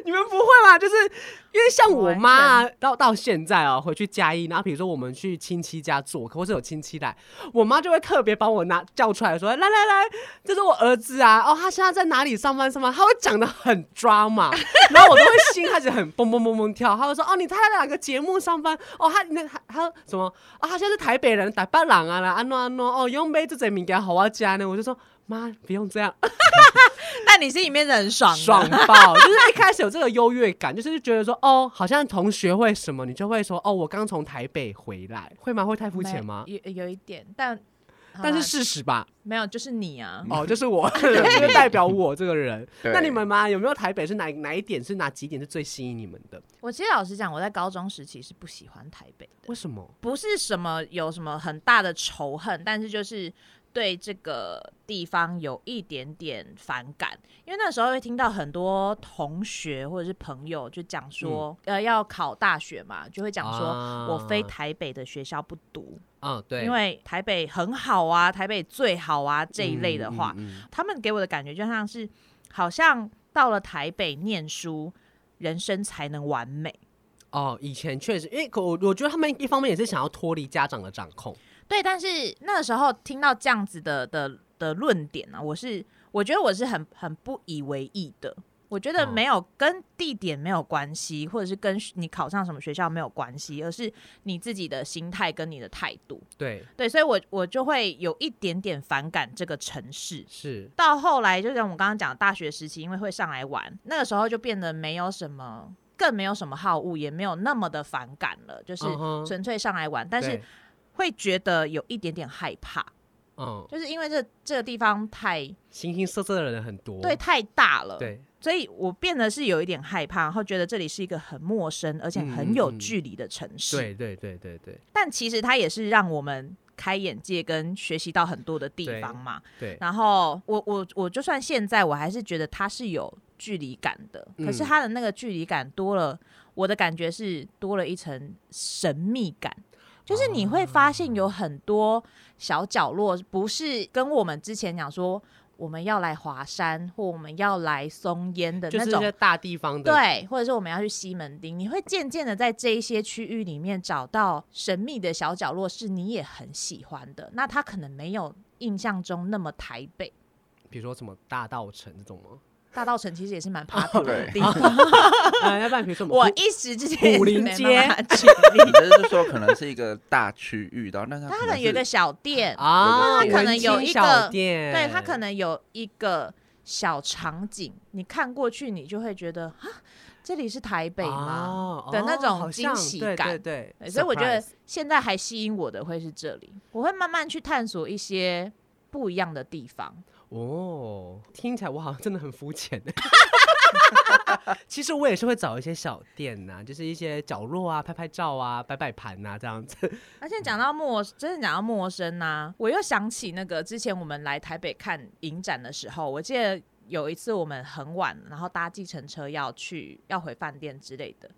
A: 你们不会吧？就是因为像我妈、
C: 完
A: 啊、到到现在啊，回去嘉义，然后比如说我们去亲戚家做客，或是有亲戚来，我妈就会特别帮我拿叫出来说：“来来来，这是我儿子啊，哦，他现在在哪里上班上班？”他会讲的很抓嘛， 然后我都会心开始很蹦蹦蹦蹦跳。他会说：“哦，你他在哪个节目上班？哦，他那他他什么啊？他现在是台北人，台北人啊啦，安诺安诺哦，用杯这这物件好我家呢。”我就说。妈，不用这样，
C: 但你心里面是很爽的，
A: 爽爆！ 就是一开始有这个优越感，就是觉得说，哦，好像同学会什么，你就会说，哦，我刚从台北回来，会吗？会太肤浅吗？
C: 没有有有一点，但
A: 但是
C: 啊
A: 事实 吧，
C: 没有，就是你啊。
A: 哦，就是 我，就是代表我这个人。
B: 对
A: 那你们嘛，有没有台北是哪哪一点是哪几点是最吸引你们的？
C: 我其实老实讲，我在高中时期是不喜欢台北的，
A: 为什么？
C: 不是什么有什么很大的仇恨，但是就是对这个地方有一点点反感，因为那时候会听到很多同学或者是朋友就讲说，呃，要考大学嘛，就会讲说。
A: 嗯啊
C: 我非台北的学校不读，
A: 嗯，对，
C: 因为台北很好啊，台北最好啊这一类的话，
A: 嗯，嗯嗯
C: 他们给我的感觉就像是，好像到了台北念书，人生才能完美。
A: 哦，以前确实，因为可我我觉得他们一方面也是想要脱离家长的掌控，
C: 对，但是那时候听到这样子的的的论点呢、啊，我是我觉得我是很很不以为意的。我觉得
A: 哦
C: 没有跟地点没有关系，或者是跟你考上什么学校没有关系，而是你自己的心态跟你的态度。
A: 对，
C: 对，所以我我就会有一点点反感这个城市。
A: 是
C: 到后来，就像我刚刚讲，大学时期因为会上来玩，那个时候就变得没有什么，更没有什么好恶，也没有那么的反感了，就是
A: 嗯哼
C: 纯粹上来玩，但是
A: 对
C: 会觉得有一点点害怕，
A: 嗯，
C: 就是因为这这个地方太
A: 形形色色的人很多，
C: 对太大了，
A: 对，
C: 所以我变得是有一点害怕，然后觉得这里是一个很陌生而且很有
A: 嗯嗯嗯
C: 距离的城市，
A: 对对对对对
C: 但其实它也是让我们开眼界跟学习到很多的地
A: 对
C: 方嘛，
A: 对，
C: 然后我我我就算现在我还是觉得它是有距离感的，
A: 嗯
C: 可是它的那个距离感多了，我的感觉是多了一层神秘感。就是你会发现
A: 哦
C: 有很多小角落，不是跟我们之前讲说我们要来华山或我们要来松烟的
A: 就
C: 那
A: 是一
C: 种
A: 些大地方的
C: 对，或者是我们要去西门町，你会渐渐的在这一些区域里面找到神秘的小角落，是你也很喜欢的。那它可能没有印象中那么台北，
A: 比如说什么大道城这种吗？
C: 大道城其实也是蛮
A: 哦
C: popular 的
B: 对
C: 地方。
A: 呃，要不然比如说什么
C: 我
A: 古
C: 一时之间
A: 古
C: 也是
A: 林
C: 没
A: 街
C: 办法举
B: 你
C: 例，
B: 就是说可能是一个大区域的，但是它
C: 它
B: 可
C: 可
B: 能
C: 能有一
B: 是
C: 个小 店，
A: 啊，
B: 它可
C: 能有
A: 文青
C: 一
A: 小
C: 个
A: 店，
C: 对，它可能有一个小场景，你看过去你就会觉得啊，这里是台北吗？
A: 哦
C: 的那
A: 哦
C: 种
A: 好
C: 惊
A: 像
C: 喜
A: 对
C: 感
A: 对
C: 对
A: 对，
C: 所以我觉得
A: surprise
C: 现在还吸引我的会是这里，我会慢慢去探索一些不一样的地方。
A: 哦，听起来我好像真的很肤浅。 其实我也是会找一些小店呐、就是一些角落啊，拍拍照啊，摆摆盘呐，这样子。
C: 而且讲到陌，真的讲到陌生呐、我又想起那个之前我们来台北看影展的时候，我记得有一次我们很晚，然后搭计程车要去要回饭店之类的。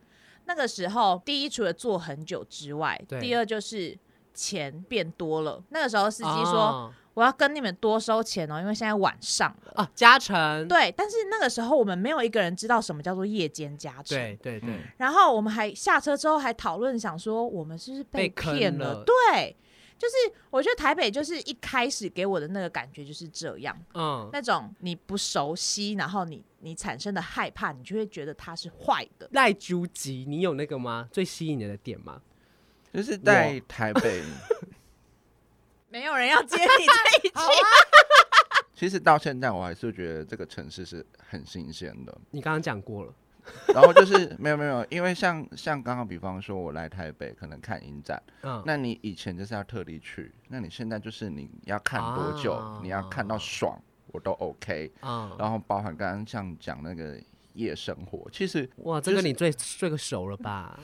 C: 那个时候，第一除了坐很久之外，
A: 对
C: 第二就是钱变多了。那个时候司机说、
A: 哦
C: 我要跟你们多收钱哦，因为现在晚上了。
A: 啊，加成，
C: 对，但是那个时候我们没有一个人知道什么叫做夜间加成。
A: 对对对，
B: 嗯
C: 然后我们还下车之后还讨论，想说我们是不是
A: 被坑
C: 骗
A: 了
C: 对，就是我觉得台北就是一开始给我的那个感觉就是这样，
A: 嗯，
C: 那种你不熟悉，然后你你产生的害怕，你就会觉得它是坏的。
A: 赖朱吉，你有那个吗？最吸引你的点吗？
B: 就是在台北，
C: 没有人要接你这一句，
A: 啊，
B: 其实到现在我还是觉得这个城市是很新鲜的。
A: 你刚刚讲过了，
B: 然后就是没有没有，因为像像刚刚比方说我来台北可能看影展，
A: 嗯，
B: 那你以前就是要特地去，那你现在就是你要看多久，你要看到爽我都 OK。
A: 啊、
B: 然后包含刚刚像讲那个夜生活，其实
A: 哇，这
B: 就
A: 个
B: 是
A: 你最、最个熟了 吧？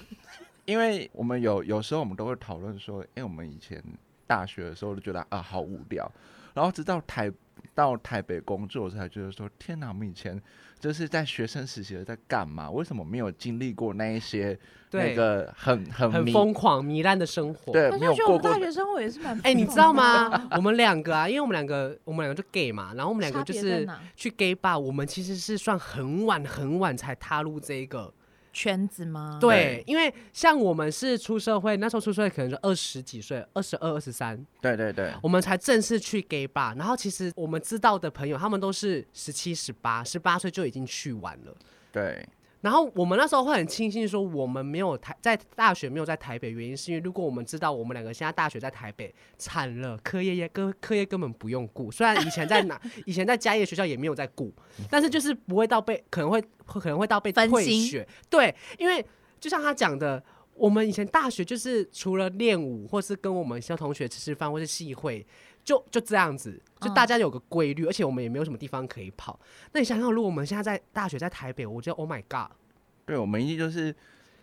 B: 因为我们有有时候我们都会讨论说，哎、我们以前大学的时候就觉得啊好无聊，然后直到台到台北工作才觉得说，天哪，我们以前就是在学生时期的在干嘛？为什么没有经历过那一些那
A: 对，
B: 个很很
A: 很
B: 迷
A: 疯狂糜烂的生活。
B: 对
C: 但
B: 没
C: 是我
B: 有
C: 觉得
B: 过
C: 我们
B: 过
C: 大
B: 的
C: 学生活也是蛮
A: 哎、你知道吗？ 我们两个啊，因为我们两个，我们两个就 gay 嘛，然后我
C: 我
A: 们两个就是
C: 啊
A: 去 gay bar，我们其实是算很晚很晚才踏入这一个。
C: 圈子
B: 嗯
C: 吗？
A: 对，因为像我们是出社会，那时候出社会可能就二十几岁，二十二、二十三，
B: 对对对
A: 我们才正式去 gay bar。然后其实我们知道的朋友，他们都是十七、十八，十八岁就已经去玩了。
B: 对
A: 然后我们那时候会很庆幸说，我们没有台在大学没有在台北，原因是因为如果我们知道我们两个现在大学在台北，惨了，课业也根课业根本不用顾。虽然以前在 哪，以前在嘉义的学校也没有在顾，但是就是不会到被可能会可能会到被
C: 分
A: 退
C: 心
A: 学。对，因为就像他讲的，我们以前大学就是除了练舞，或是跟我们小同学吃吃饭，或是戏会，就就这样子，就
C: 嗯
A: 大家有个规律，而且我们也没有什么地方可以跑。那你想想，如果我们现在在大学在台北，我觉得 Oh my God，
B: 对，我们一定就是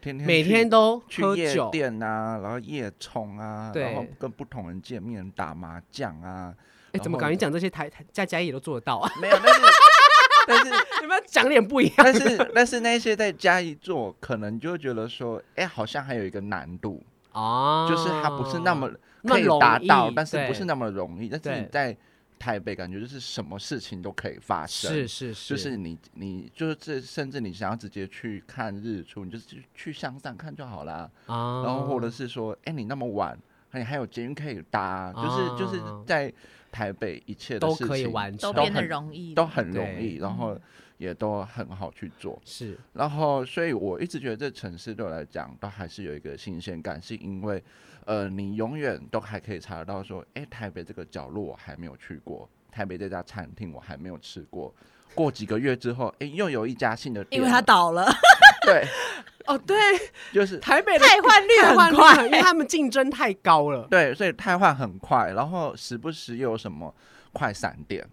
B: 天天
A: 每
B: 去
A: 天都
B: 去
A: 喝
B: 夜
A: 酒，
B: 店啊，然后夜冲啊，然后
A: 对
B: 跟不同人见面打麻将啊，
A: 哎，怎么
B: 然后
A: 感觉讲这些台台在家也都做得 到啊？
B: 没有，但是但是
A: 有没有讲点不一样？
B: 但是但是那些在家里做，可能就会觉得说，哎、好像还有一个难度，
A: 哦
B: 就是它不是那么
A: 那
B: 可以达
A: 容易
B: 到，但是
A: 对
B: 不是那么容易。但是你
A: 对
B: 在台北，感觉就是什么事情都可以发生，
A: 是是是，
B: 就是你你就是这，甚至你想要直接去看日出，你就去去乡上看就好啦。
A: 啊，
B: 然后或者是说，哎、你那么晚。你还有捷运可以搭，就是就是
A: 啊
B: 在台北一切的
A: 都
B: 事情
A: 可以完
C: 都
A: 成，
C: 变得
B: 很
C: 容易了，
B: 都很容
A: 对
B: 易，然
C: 嗯
B: 后也都很好去做。
A: 是
B: 然后，所以我一直觉得这城市对我来讲都还是有一个新鲜感，是因为，呃，你永远都还可以查得到说，哎、台北这个角落我还没有去过，台北这家餐厅我还没有吃过。过几个月之后，哎、又有一家新的店
C: 因
B: 了，
C: 为他倒了，
B: 对，
A: 哦， 对，
B: 就是
A: 台北的
C: 汰换率
A: 太
C: 很
A: 换
C: 快，
A: 因为 他们竞争太高了。
B: 对，所以汰换很快，然后时不时又有什么快闪店，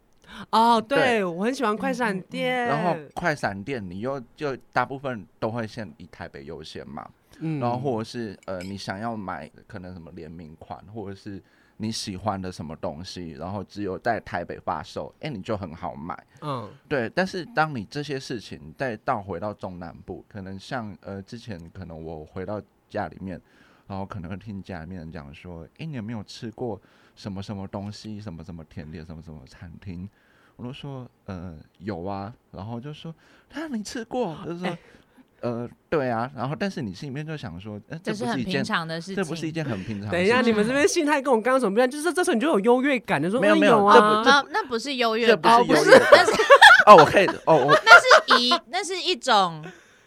A: 哦，
B: 对
A: 对，我很喜欢快闪店，
B: 然后快闪店你又就大部分都会先以台北优先嘛，
A: 嗯
B: 然后或者是呃，你想要买可能什么联名款，或者是你喜欢的什么东西，然后只有在台北发售，哎，你就很好买。
A: 嗯，
B: 对，但是当你这些事情再倒回到中南部，可能像呃之前可能我回到家里面，然后可能会听家里面人讲说，哎，你有没有吃过什么什么东西，什么什么甜点，什么什么餐厅？我都说，呃，有啊，然后就说，那、你吃过？就是说，
A: 哎
B: 呃，对啊，然后但是你心里面就想说，呃，
C: 这
B: 不
C: 是
B: 是
C: 很
B: 一
C: 平
B: 件，
C: 常的事情。
B: 这不是一件很平常的事情。
A: 等一下，你们这边心态跟我刚刚什么不一样？就是这时候你就有优越感，你说
B: 没有
A: 嗯
B: 没有这
A: 啊
B: 不这，
C: 那那不是优越
B: 这不
C: 感，
B: 是
C: 不
B: 优
C: 是
B: 越，感
C: 那是
B: 哦，我可以，哦，我
C: 那是疑，那是一种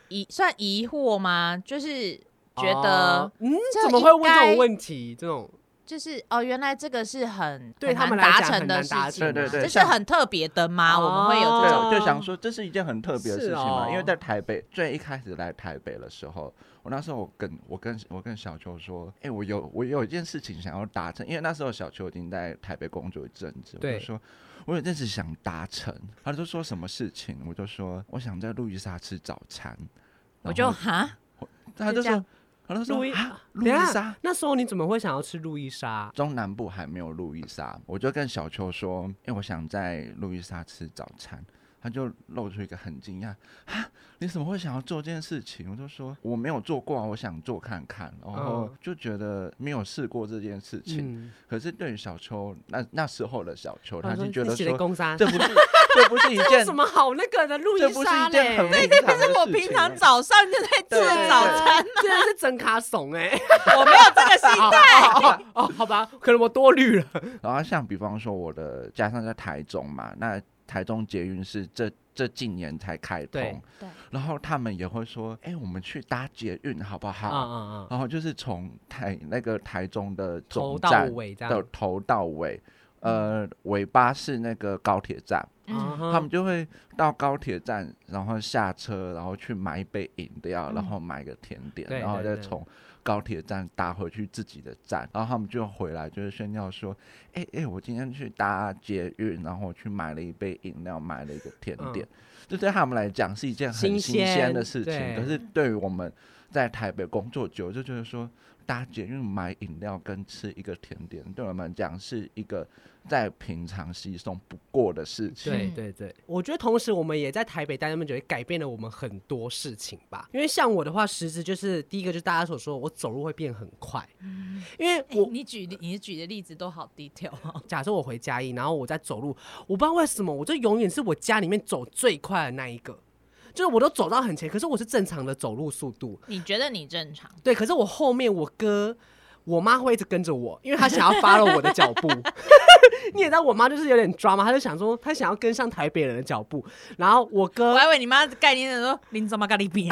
C: 疑，算疑惑吗？就是觉得
A: 哦嗯，
C: 这
A: 怎么会
C: 应
A: 问这
C: 该
A: 种问题？这种
C: 就是哦，原来这个是很
A: 对
C: 很
A: 他们
C: 难达
A: 来讲
C: 成
A: 很
C: 的
A: 难
C: 事
A: 达
C: 情啊，
A: 成
B: 对对对
C: 这是
B: 像
C: 很特别的吗？我们会有这
B: 对，
C: 种
B: 我就想说这是一件很特别的事情嘛，
A: 哦是哦
B: 因为在台北最一开始来台北的时候，我那时候我跟我跟我跟小秋说，哎、我有我有一件事情想要达成，因为那时候小秋已经在台北工作一阵子，我就
A: 对
B: 说我有一件事想达成，他就说什么事情，我就说我想在路易莎吃早餐，
C: 我
B: 然
C: 就
B: 后
C: 哈，
B: 他就
C: 就这样
B: 说，他就说
A: 路易
B: 啊，路
A: 等一
B: 易
A: 下
B: 莎。
A: 那时候你怎么会想要吃路易莎？
B: 中南部还没有路易莎，我就跟小秋说：“哎、我想在路易莎吃早餐。”他就露出一个很惊讶：“啊，你怎么会想要做这件事情？”我就说：“我没有做过、啊，我想做看看。”然后
A: 嗯
B: 就觉得没有试过这件事情。
A: 嗯，
B: 可是对于小秋，那那时候的小秋，嗯他
A: 我
B: 就
A: 说
B: 觉
A: 你
B: 得
A: 写的
B: 说，
A: 公杀，
B: 这不是这不 是一
A: 有
B: 件
A: 什么好那个的路
B: 这
A: 易
B: 不是一
A: 莎
B: 件很
A: 嘞？
B: 平常的事情
C: 可是
B: 啊。
C: 我平常早上就在
B: 对
C: 吃早餐，
A: 餐真的是真卡怂 哎！
C: 我没有这个心态。
A: 哦哦，好吧，可能我多虑了。
B: 然后像比方说我的加上在台中嘛，那台中捷运是这这近年才开通
A: 对，
C: 对
B: 然后他们也会说，哎、我们去搭捷运好不
A: 嗯
B: 好？
A: 嗯嗯，
B: 然后就是从台那个台中的
A: 头
B: 总
A: 到
B: 站
A: 尾这
B: 的
A: 样，嗯
B: 头到尾。呃尾巴是那个高铁站，
A: 啊
C: 嗯，
B: 他们就会到高铁站，然后下车，然后去买一杯饮料，然后买个甜点，
A: 对
B: 然后
A: 对
B: 再
A: 对
B: 从高铁站搭回去自己的站，然后他们就回来就是炫耀说，哎、哎、我今天去搭捷运，然后我去买了一杯饮料，买了一个甜点，这对他们来讲是一件很
A: 新
B: 新鲜的
A: 鲜
B: 事情，
A: 嗯对
B: 可是对于我们在台北工作久，就觉得说。搭捷运买饮料跟吃一个甜点，对我们来讲是一个再平常稀松不过的事情。
A: 对
C: 嗯
A: 对对，我觉得同时我们也在台北待那么久，也改变了我们很多事情吧。因为像我的话，实质就是第一个就是大家所说，我走路会变很快，
B: 嗯
A: 因为
C: 哎
A: 我
C: 你举例你举的例子都好低调 哦。
A: 假设我回嘉义，然后我在走路，我不知道为什么，我就永远是我家里面走最快的那一个，就是我都走到很前，可是我是正常的走路速度，
C: 你觉得你正常？
A: 对，可是我后面我哥。我妈会一直跟着我，因为她想要 follow 我的脚步。 你也知道，我妈就是有点抓嘛，她就想说，她想要跟上台北人的脚步。然后我哥，
C: 我还以为你妈概念的说林怎么咖喱饼，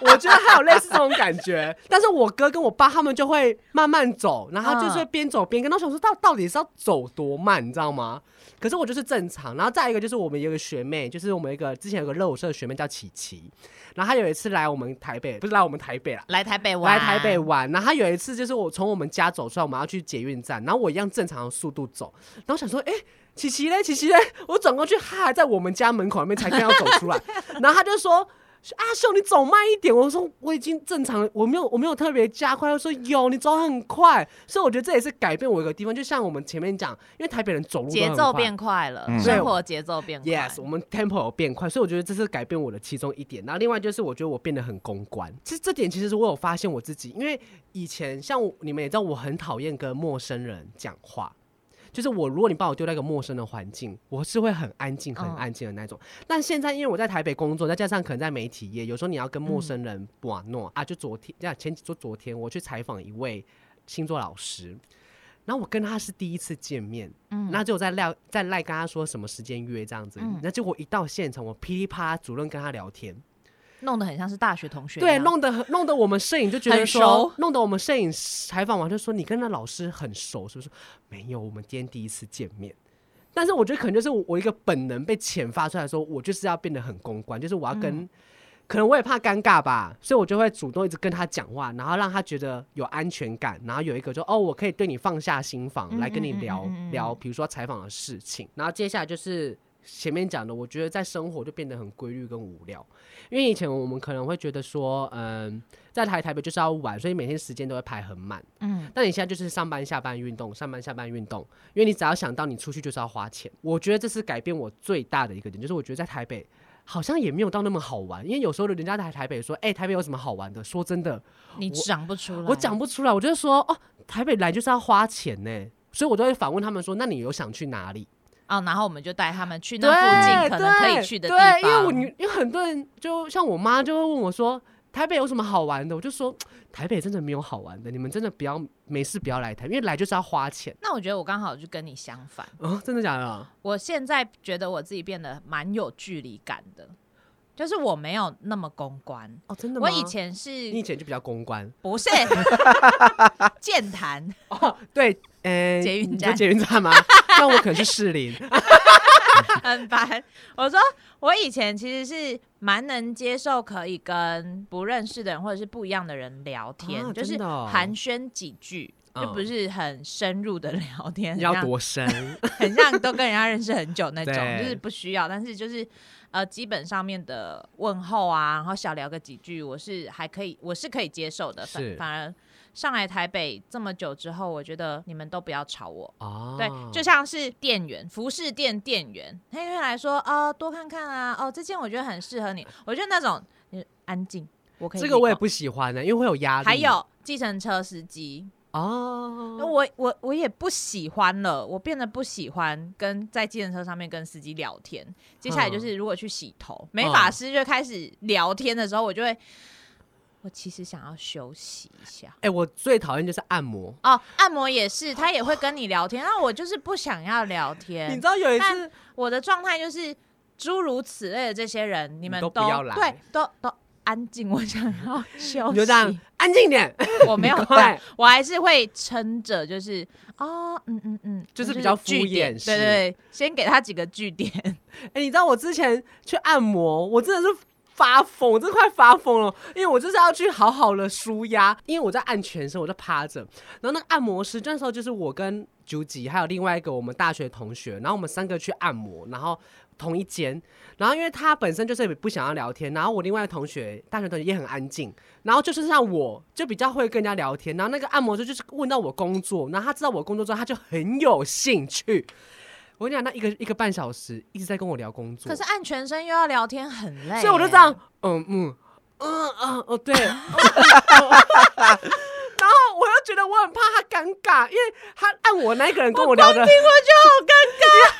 A: 我觉得还有类似这种感觉，但是我哥跟我爸他们就会慢慢走，然后就是会边走边跟。那我想说，到到底是要走多慢，你知道吗？可是我就是正常。然后再一个就是我们有一个学妹，就是我们一个之前有个热舞社的学妹叫琪琪，然后她有一次来我们台北，不是来我们台北啦，
C: 来台北玩，
A: 来台北玩，然后他有一次就是我从我们家走出来，我们要去捷运站，然后我一样正常的速度走，然后想说，哎、琪琪嘞，琪琪嘞，我转过去，他还在我们家门口那边才刚要走出 来，然后他就说。啊阿秀，你走慢一点。我说我已经正常了，我没有我没有特别加快。他说有，你走很快，所以我觉得这也是改变我一个地方。就像我们前面讲，因为台北人走路都
C: 节
A: 很
C: 奏
A: 快
C: 变快了，
B: 嗯
C: 生活节奏变快。
A: Yes，我们 tempo 有变快，所以我觉得这是改变我的其中一点。然后另外就是我觉得我变得很公关，其实这点其实是我有发现我自己，因为以前像我你们也知道，我很讨厌跟陌生人讲话。就是我，如果你把我丢在一个陌生的环境，我是会很安静、很
C: 嗯
A: 安静的那种。但现在因为我在台北工作，再加上可能在媒体业，有时候你要跟陌生人玩弄、啊。就昨天，啊前就昨天我去采访一位星座老师，然后我跟他是第一次见面，
C: 嗯
A: 那就在赖在赖跟他说什么时间约这样子，
C: 嗯
A: 那结果一到现场，我噼里啪啦主任跟他聊天，
C: 弄得很像是大学同学一样。
A: 对，弄得很弄得我们摄影就觉得
C: 很
A: 说
C: 熟，
A: 弄得我们摄影采访完就说你跟那老师很熟，是不是？没有，我们今天第一次见面。但是我觉得可能就是我我一个本能被遣发出来说我就是要变得很公关，就是我要
C: 嗯
A: 跟，可能我也怕尴尬吧，所以我就会主动一直跟他讲话，然后让他觉得有安全感，然后有一个说哦，我可以对你放下心
C: 嗯
A: 房来跟你
C: 嗯嗯
A: 聊、
C: 嗯嗯嗯
A: 聊，比如说采访的事情。然后接下来就是前面讲的，我觉得在生活就变得很规律跟无聊，因为以前我们可能会觉得说，嗯，在台台北就是要玩，所以每天时间都会排很满。
C: 嗯，
A: 但你现在就是上班下班运动，上班下班运动，因为你只要想到你出去就是要花钱。我觉得这是改变我最大的一个点，就是我觉得在台北好像也没有到那么好玩，因为有时候人家在台北说，哎、台北有什么好玩的？说真的，
C: 你讲不出来。
A: 我讲不出来，我就说哦，台北来就是要花钱呢。所以我都会反问他们说：“那你有想去哪里？”
C: 啊，然后我们就带他们去
A: 对，
C: 那附近可能可
A: 对
C: 以去的地方。
A: 对，因为我女因为很多人就像我妈就会问我说。台北有什么好玩的？我就说台北真的没有好玩的，你们真的不要没事不要来台，因为来就是要花钱
C: 那我觉得我刚好就跟你相反，
A: 哦，真的假的？
C: 我现在觉得我自己变得蛮有距离感的，就是我没有那么公关。
A: 哦，真的吗？
C: 我以前
A: 你以
C: 是
A: 前就比较公关
C: 不是健谈？
A: 哦，对，呃，
C: 捷运
A: 你说
C: 站
A: 捷运站 吗？那我可能是士林，
C: 很烦。我说我以前其实是蛮能接受可以跟不认识的人或者是不一样的人聊天，
A: 啊
C: 就
A: 真
C: 是
A: 的哦
C: 寒暄几句。就
A: 嗯
C: 不是很深入的聊天，
A: 你要
C: 很像
A: 多深？
C: 很像都跟人家认识很久那 种，
A: 对
C: 就是不需要。但是就是呃，基本上面的问候啊，然后小聊个几句，我是还可以，我是可以接受的。反
A: 是
C: 反而上来台北这么久之后，我觉得你们都不要吵我。
A: 哦，
C: 对，就像是店员，服饰店店员，他就会来说，啊，多看看啊，哦，这件我觉得很适合你，我觉得那种你安静，我可以
A: 这
C: 理解。
A: 个我也不喜欢的，因为会有压力。
C: 还有计程车司机，那
A: 哦，
C: 我我我也不喜欢了，我变得不喜欢跟在计程车上面跟司机聊天。接下来
A: 嗯
C: 就是如果去洗头，美发师就开始聊天的时候，我就会，我其实想要休息一下。
A: 哎，我最讨厌就是按摩。
C: 哦，按摩也是，他也会跟你聊天，那我就是不想要聊
A: 你
C: 天
A: 知。道有一
C: 但
A: 次
C: 我的状态就是诸如此类的这些人，你们
A: 都
C: 都
A: 不要来
C: 对，都都安静，我想要 休
A: 你就这样
C: 息。
A: 安静点，
C: 我没有
A: 快
C: 办，我还是会撑着，就是哦，嗯嗯嗯，
A: 就是
C: 那
A: 比较敷
C: 据点
A: 衍
C: 对对对，先给他几个据点。
A: 哎、你知道我之前去按摩，我真的是发疯，我真的快发疯了，因为我就是要去好好的舒压，因为我在按全身，我就趴着，然后那个按摩师，那时候就是我跟九吉还有另外一个我们大学同学，然后我们三个去按摩，然后。同一间，然后因为他本身就是也不想要聊天，然后我另外的同学，大学同学也很安静，然后就是像我就比较会跟人家聊天，然后那个按摩师就是问到我工作，然后他知道我工作之后，他就很有兴趣。我跟你讲，那一个一个半小时一直在跟我聊工作，
C: 可是按全身又要聊天，很累耶。
A: 所以我就这
C: 哎
A: 样，嗯嗯嗯嗯哦对。嗯嗯然后我又觉得我很怕他尴尬，因为他按我那一个人跟我聊的，因为
C: 我就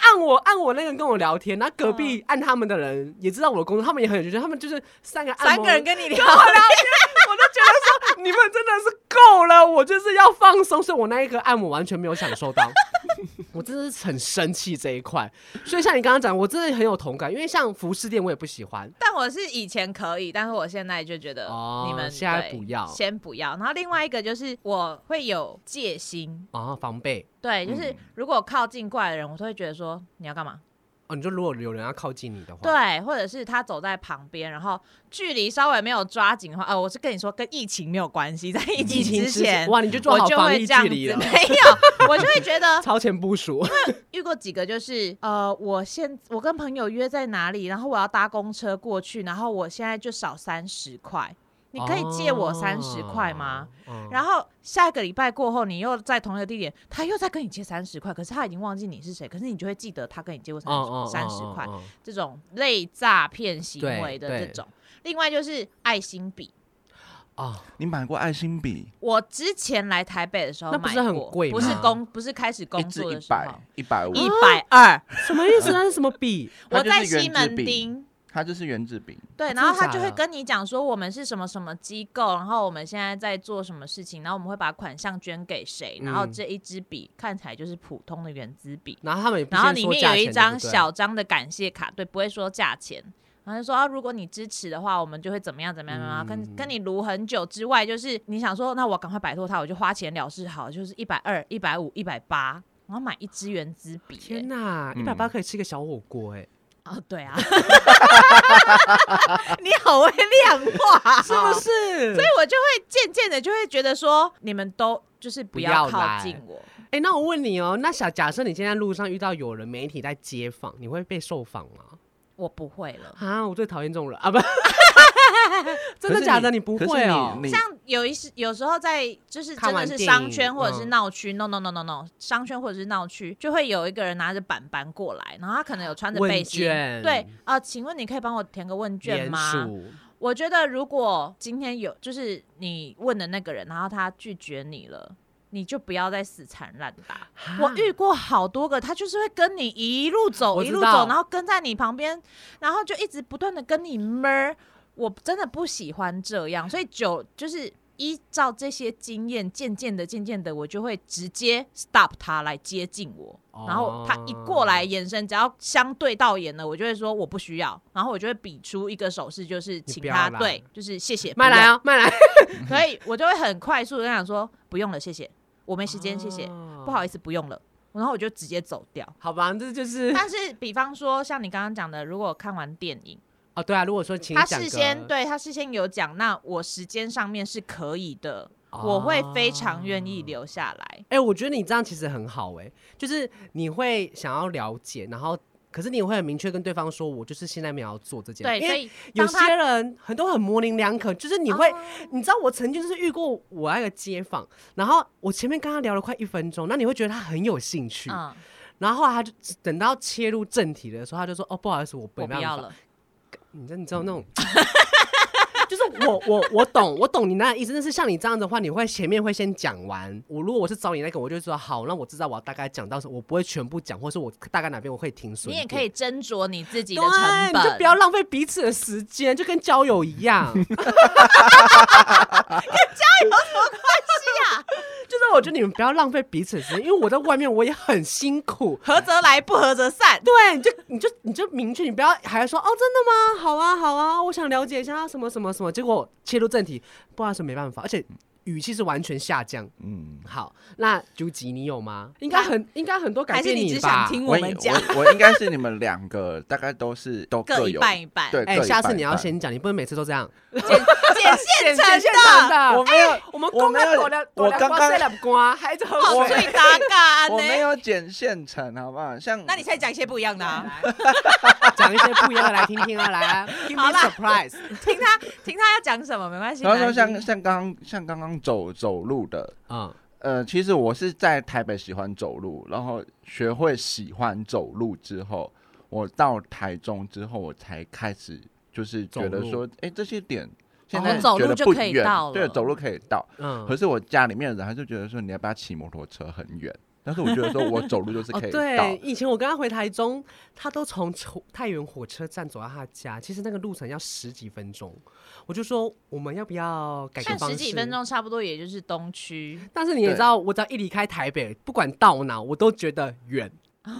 A: 按我按我那个人跟我聊天，然后隔壁按他们的人也知道我的工作，他们也很有趣，他们就是三个
C: 好
A: 按
C: 三
A: 摩
C: 个人跟你聊
A: 跟，我聊天，我都觉得说你们真的是够了，我就是要放松，所以我那一个按摩完全没有享受到， 我真的是很生气这一块。所以像你刚刚讲，我真的很有同感，因为像服饰店我也不喜欢，
C: 但我是以前可以，但是我现在就觉得
A: 哦
C: 你们、
A: 现在
C: 对
A: 不要
C: 先不要。然后另外一个就是我会有戒心，
A: 啊，防备
C: 对，就是如果靠近过来的人，我都会觉得说你要干嘛？
A: 哦，你就如果有人要靠近你的话，
C: 对，啊或者是他走在旁边，然后距离稍微没有抓紧的话，呃，我是跟你说跟疫情没有关系，在疫
A: 疫情之
C: 之
A: 前
C: 前。
A: 哇，你就做
C: 我
A: 好
C: 就
A: 防
C: 会
A: 疫
C: 这
A: 距
C: 样子，没
A: 离了，
C: 有，我就会 觉得
A: 超前部署，
C: 遇过几个就是呃，我现我跟朋友约在哪里，然后我要搭公车过去，然后我现在就少三十块，你可以借我三十块吗？
A: 哦？
C: 然后下个礼拜过后，你又在同一个地点，他又在跟你借三十块，可是他已经忘记你是谁，可是你就会记得他跟你借过
A: 哦
C: 三三十块，
A: 哦哦
C: 这种类诈骗行
A: 对
C: 为的这
A: 对
C: 种。另外就是爱心笔，
A: 哦，
B: 你买过爱心笔，
C: 我之前来台北的时候
A: 那
C: 买
A: 不
C: 过，
A: 是很贵
C: 不是
A: 吗
C: 工，不是开始工
B: 一支
C: 作
B: 一
C: 的时
B: 百
C: 候，
B: 一百五，
C: 一
A: 嗯
C: 百二，
A: 什么意思？那是 什么笔？
B: 它
C: 我
B: 就是
C: 在西
B: 原子
C: 门
B: 笔
C: 町。
B: 它就是圆珠笔，
C: 对，
A: 啊真
C: 然后
A: 的
C: 他
A: 假
C: 就
A: 的
C: 会跟你讲说我们是什么什么机构，然后我们现在在做什么事情，然后我们会把款项捐给谁，然后
A: 嗯
C: 这一支笔看起来就是普通的圆珠笔，
A: 然后他们也不
C: 然后
A: 先
C: 里
A: 说
C: 面
A: 价
C: 有一
A: 钱对
C: 张，小张的感谢卡，对，不会说价钱。然后就说啊，如果你支持的话，我们就会怎么样怎么样怎么
A: 嗯
C: 样，跟跟你撸很久之外，就是你想说，那我赶快摆脱他，我就花钱了事好，就是一百二、一百五、一百八，然后买一支圆珠
A: 不对
C: 笔欸、
A: 天哪，一
B: 嗯
A: 百八可以吃一个小火锅哎，
C: 哦，对啊， 你好会量化，哦
A: 是不？是？
C: 所以我就会渐渐的就会觉得说，你们都就是不要
A: 不要
C: 靠
A: 来
C: 近我。
A: 哎，那我问你哦，那小假设你现在路上遇到有人媒体在街访，你会被受访吗？
C: 我不会了，
A: 啊，我最讨厌这种人啊！不， 真的假的？你不
B: 可是
A: 会哦？
B: 你你
C: 像有一些有时候在就是
A: 看
C: 真的
A: 完
C: 是
A: 电
C: 商
A: 影
C: 圈或者是
A: 嗯
C: 闹区、n o no no no no，商圈或者是闹区就会有一个人拿着板板过来，然后他可能有穿着
A: 问
C: 背心，
A: 卷
C: 对，呃，请问你可以帮我填个问卷
A: 联
C: 吗？
A: 署
C: 我觉得如果今天有就是你问的那个人，然后他拒绝你了。你就不要再死缠烂打。
A: 啊
C: 我遇过好多个，他就是会跟你一路走，
A: 我
C: 一
A: 知
C: 路
A: 道
C: 走，然后跟在你旁边，然后就一直不断的跟你闷儿。我真的不喜欢这样，所以久就是依照这些经验，渐渐的、渐渐的，我就会直接 stop 他来接近我。
A: 哦
C: 然后他一过来，眼神只要相对到眼了，我就会说我不需要，然后我就会比出一个手势，就是
A: 你
C: 请
A: 不要
C: 他
A: 啦
C: 对，就是谢谢，
A: 慢
C: 不
A: 来
C: 用，
A: 哦，慢来，
C: 可以，我就会很快速的想说不用了，谢谢，我没时间，谢谢，不好
A: 意思，
C: 意思，不用了，然后我就直接走 掉。
A: 哦好吧，这就是
C: 但是，比方说像你刚刚讲的，如果看完电影，
A: 哦，对啊，如果说请
C: 他
A: 讲
C: 事
A: 个
C: 先对他事先有讲，那我时间上面是可以的，
A: 啊
C: 我会非常愿意留下来。
A: 哎、我觉得你这样其实很好哎、就是你会想要了解，然后可是你会很明确跟对方说，我就是现在没有要做这件
C: 对，
A: 因
C: 所
A: 为
C: 以
A: 有
C: 当他
A: 些人很多很模棱两可，就是你会，
C: 哦
A: 你知道我曾经就是遇过我那个街坊，然后我前面跟他聊了快一分钟，那你会觉得他很有兴趣，
C: 嗯，
A: 然后后来他就等到切入正题的时候，他就说哦不好意思，我
C: 我
A: 没
C: 不
A: 办
C: 要
A: 法
C: 了。
A: 你知你知道那种，就是我我我懂我懂你那意思，但是像你这样的话，你会前面会先讲完。我如果我是找你那个，我就说好，那我知道我要大概讲到什么，我不会全部讲，或是我大概哪边我会停损
C: 你
A: 一
C: 也
A: 点。
C: 可以斟酌你自己的
A: 对
C: 成
A: 你
C: 本，
A: 就不要浪费彼此的时间，就跟交友一样。 跟交友有什么关系
C: 啊？
A: 就是我觉得你们不要浪费彼此的时间，因为我在外面我也很辛苦，
C: 合则来，不合则散。
A: 对，你就你就你就明确，你不要还说哦，真的吗？好啊，好啊，我想了解一下什么什么什么，结果切入正题，不好意思，没办法，而且语气是完全下降。
B: 嗯，
A: 好，那朱吉你有吗？应该很应该很多改
C: 还是
A: 变
C: 你只
A: 吧
C: 想。听
B: 我
C: 我们
B: 应
C: 讲？
B: 我我应该是你们两个大概都是都
C: 各一
B: 有
C: 半一半，
B: 对，
A: 哎、
B: 各一
A: 下
B: 半
A: 次
B: 一
A: 你要
B: 半
A: 先讲，你不能每次都这样。
C: 剪现成
A: 现场
C: 的，
A: 的，
B: 我没有
A: 哎我们
B: 我没有
A: 公了
B: 我刚刚
A: 两瓜，还在
C: 好
A: 喝水。
C: 最搭嘎
B: 我没
C: 呢。
B: 有剪现成，好不好？像
C: 那你现在讲一些不一样的啊，
A: 讲一些不一样的来听听啊，来啊，Give
C: 好
A: me
C: 啦
A: surprise。
C: 听他听他要讲什么没关系。
B: 然后说
C: 没关系
B: 像像刚刚像刚刚走走路的，
A: 嗯，
B: 呃，其实我是在台北喜欢走路，然后学会喜欢走路之后，我到台中之后，我才开始就是觉
A: 走
B: 得
A: 路
B: 说，哎、这些点现
C: 哦
B: 在
C: 走
B: 觉
C: 路
B: 得
C: 就
B: 不
C: 可以
B: 远
C: 到
B: 对，
C: 了
B: 走路可以到。
A: 嗯
B: 可是我家里面的人还是觉得说，你要不要骑摩托车很远？但是我觉得说我走路就是
A: 哦
B: 可以到。
A: 对，以前我跟他回台中，他都从从太原火车站走到他家，其实那个路程要十几分钟。我就说我们要不要改个
C: 看
A: 方
C: 十
A: 式？
C: 几分。钟，差不多也就是东区。
A: 但是你也
B: 对
A: 知道，我只要一离开台北，不管到哪，我都觉得远。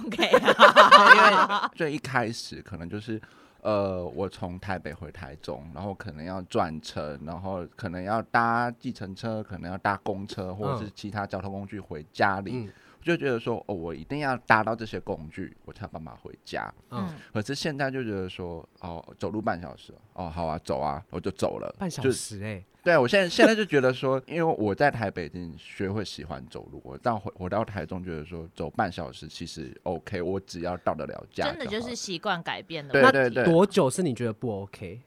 C: OK，
B: 因为最一开始可能就是，呃，我从台北回台中，然后可能要转车，然后可能要搭计程车，可能要搭公车或者是其他交通工具回家里，
A: 嗯
B: 我就觉得说，哦，我一定要搭到这些工具，我才有办法回家。
A: 嗯，
B: 可是现在就觉得说，哦，走路半小时，哦，好啊，走啊，我就走了，
A: 半小
B: 就
A: 时哎、
B: 对我现在现在就觉得说，因为我在台北已经学会喜欢走路，我到回我到台中觉得说走半小时其实 OK，我只要到得了家好，
C: 真的就是习惯改变的
B: 对
C: 问题。
B: 对对，
A: 多久是你觉得不 OK？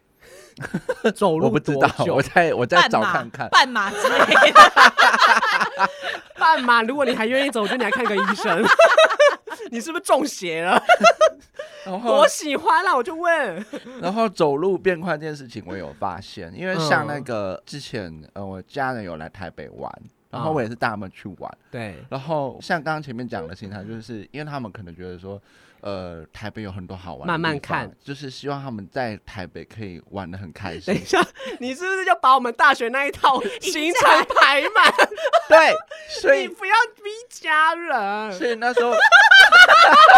A: 走
B: 我
A: 路
B: 不知
A: 多
B: 道，
A: 久
B: 我再我再
C: 半
B: 找
C: 马
B: 看看。
C: 半马之类的。
A: 半马，如果你还愿意走，我觉得你来看个医 生。你是不是中邪了？
B: 然后
A: 我喜欢啦，我就问。
B: 然后走路变快这件事情，我有发现，因为像那
A: 嗯
B: 个之前呃，我家人有来台北玩，然后
A: 嗯
B: 我也是带他们去玩。
A: 对，
B: 然后像刚刚前面讲的心态，就是因为他们可能觉得说，呃，台北有很多好玩的
A: 慢慢
B: 地方
A: 看，
B: 就是希望他们在台北可以玩的很开 心
A: 等一。下，你是不是要把我们大学那一 套行程排满？
B: 对，所
A: 你
B: 以
A: 不要逼家人。
B: 所以那时候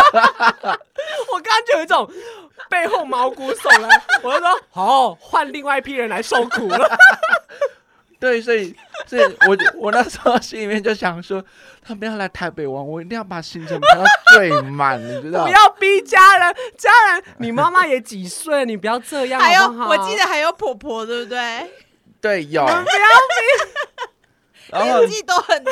A: 我刚刚就有一种背后毛骨悚 然，我就说好，换另外一批人来受苦 了。
B: 对，所以所以我就我那时候心里面就想说，他们要来台北玩，我一定要把行程排到最满，你
C: 啊
B: 知
A: 不
B: 道吗？
A: 要逼家人，家人，你妈妈也几岁，你不要这样
C: 还有，
A: 好不好
C: 哎我记得还有婆婆，对不对？
B: 对，有。
A: 你们不要
B: 然后
C: 年纪都很大，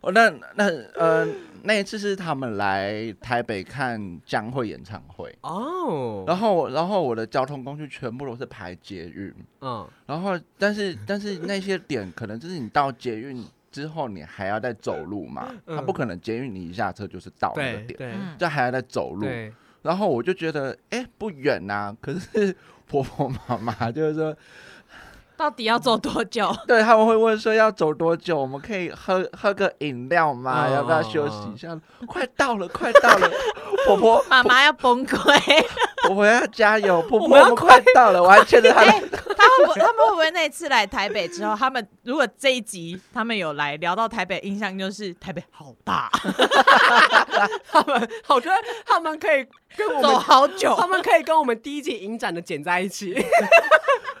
B: 我那那呃那一次是他们来台北看江蕙演唱会，
A: 哦，
B: 然后然后我的交通工具全部都是排捷运，
A: 嗯，
B: 然后但是但是那些点可能就是你到捷运之后你还要再走路嘛，
A: 嗯
B: 他不可能捷运你一下车就是到那个
A: 哦对
B: 点，
A: 对
C: 嗯
B: 这还要再走路，
A: 对。
B: 然后我就觉得哎不远呐、 可是婆婆妈妈就是说
C: 到底要走多久？
B: 对，他们会问说要走多久，我们可以喝喝个饮料吗？
A: 嗯
B: 要不要休息一下？
A: 哦
B: 快到了，快到 了，婆婆
C: 妈妈要崩溃。
B: 婆婆要加油，婆
A: 我
B: 婆
A: 们要
B: 我们快到 了，我还牵着她
C: 哎、
B: 的。
C: 他会不会他们会不会那次来台北之后，他们如果这一集他们有来聊到台北，印象就是台北好大，
A: 他们，我觉得他们可以跟我
C: 走
A: 们，
C: 好久
A: 他。们可以跟我们第一季影展的剪在一 起。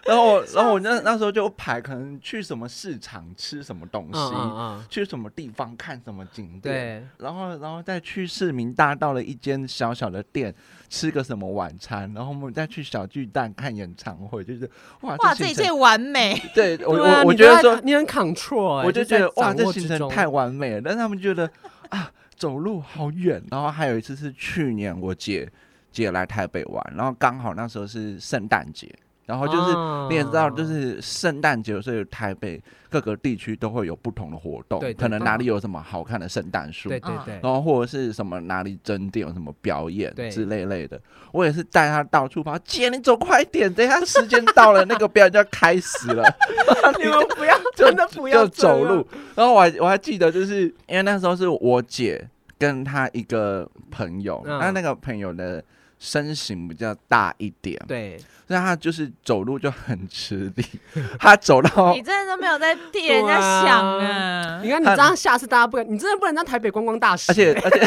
B: 然后我然后我那那时候就排，可能去什么市场吃什么东西。
A: 嗯，
B: 去什么地方看什么景点，
A: 对，
B: 然后然后再去市民大道的一间小小的店吃个什么晚餐，然后我们再去小巨蛋看演唱会，就是哇
C: 哇，
B: 这
C: 这一
B: 行
C: 切
B: 程
C: 完美，
B: 对我
A: 对啊
B: 我我
A: 你
B: 觉
A: 都
B: 得
A: 在
B: 说
A: 你很 control，欸
B: 我就
A: 在
B: 觉得哇，
A: 掌握
B: 这
A: 之
B: 行程
A: 中
B: 太完美了。但是他们觉得啊，走路好远。然后还有一次是去年我姐姐来台北玩，然后刚好那时候是圣诞节，然后就是、
A: 啊
B: 你也知道，就是圣诞节，所以台北各个地区都会有不同的活动，
A: 对对
B: 可能
A: 对
B: 哪里有什么好看的圣诞树。
A: 对对
C: 嗯
A: 对
B: 然后或者是什么哪里整点有什么表演
A: 对
B: 之类类的，我也是带她到处跑，姐你走快点，等一下时间到了，那个表演就要开始了，
A: 你们不要，
B: 就
A: 真的不要
B: 就走
A: 这样
B: 路。。然后我还我还记得，就是因为那时候是我姐跟她一个朋友，
A: 嗯
B: 那、那个朋友的身形比较大一点，
A: 对，
B: 所以他就是走路就很吃力，他走 到
C: 你真的都没有在替人家想啊
A: 你！看你这样，下次大家不敢，你真的不能当台北观光大使，
B: 而且而且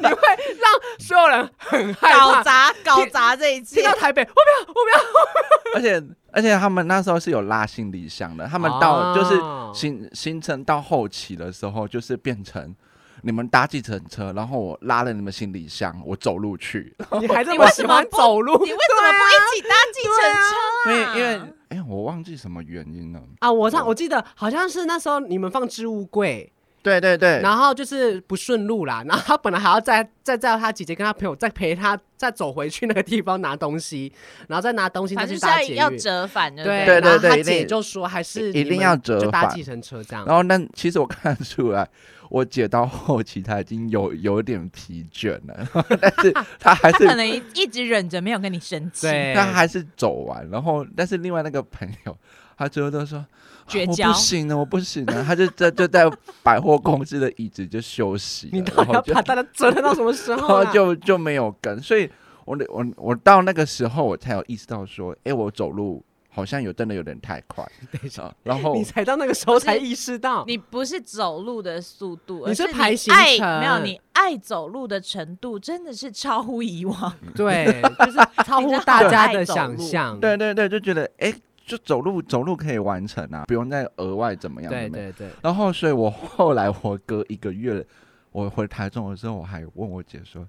A: 你会让所有人很害
C: 搞
A: 怕。
C: 砸搞砸这一
A: 听
C: 切
A: 到，台北，我不要，我不要。
B: 而且而且他们那时候是有拉行李箱的，他们到就是
A: 哦
B: 行行程到后期的时候，就是变成你们搭计程车，然后我拉了你们行李箱，我走路去，
A: 你还这
C: 你
A: 么
C: 为
A: 喜
C: 什么
A: 欢
C: 不
A: 走路？
C: 你为什么不一起搭计
B: 因
C: 程
B: 为
C: 车啊？
B: 因为哎、我忘记什么原因了。
A: 啊，我上我记得好像是那时候你们放置物柜，
B: 对对对，
A: 然后就是不顺路啦，然后他本来还要再再叫他姐姐跟他朋友再陪他再走回去那个地方拿东西，然后再拿东西再
C: 反
A: 去
C: 正就
A: 搭
C: 是
A: 捷
C: 要要
A: 运。
C: 折返，对不
A: 对
C: 对？
B: 对对
A: 然后
B: 对
A: 他
B: 一定
A: 姐就说还是
B: 一
A: 你
B: 定
A: 们
B: 要折
A: 就搭
B: 返
A: 计程车这样。
B: 然后那其实我看得出来，我姐到后期她已经有有点疲倦了， 但是她还
C: 他
B: 是
C: 可能一一直忍着没有跟你生气，
A: 对，
B: 她还是走完。然后但是另外那个朋友，他最后都说。啊
C: 绝
B: 我
C: 交
B: 不行了，我不行了，他就在就在百货公司的椅子就休息了，
A: 你到底要
B: 然后就
A: 把大家折腾到什么 时
B: 然
A: 候
B: 后
A: 啊？
B: 就就没有跟，所以我的我我到那个时候我才有意识到说，哎、我走路好像有真的有点太 快，
A: 等一下
B: 啊然后
A: 你才到那个时候
C: 是
A: 才意识到，
C: 你不是走路的速度，
A: 你
C: 而
A: 是
C: 是
A: 排行
C: 爱
A: 程
C: 没有你爱走路的程度真的是超乎以往，
A: 对，就是 超乎大家的想象。
B: 对对对，就觉得哎、诶就走路走路可以完成啊，不用再额外怎么样
A: 对
B: 怎么样
A: 对对，
B: 然后所以我后来我隔一个月，我回台中的时候，我还问我姐说。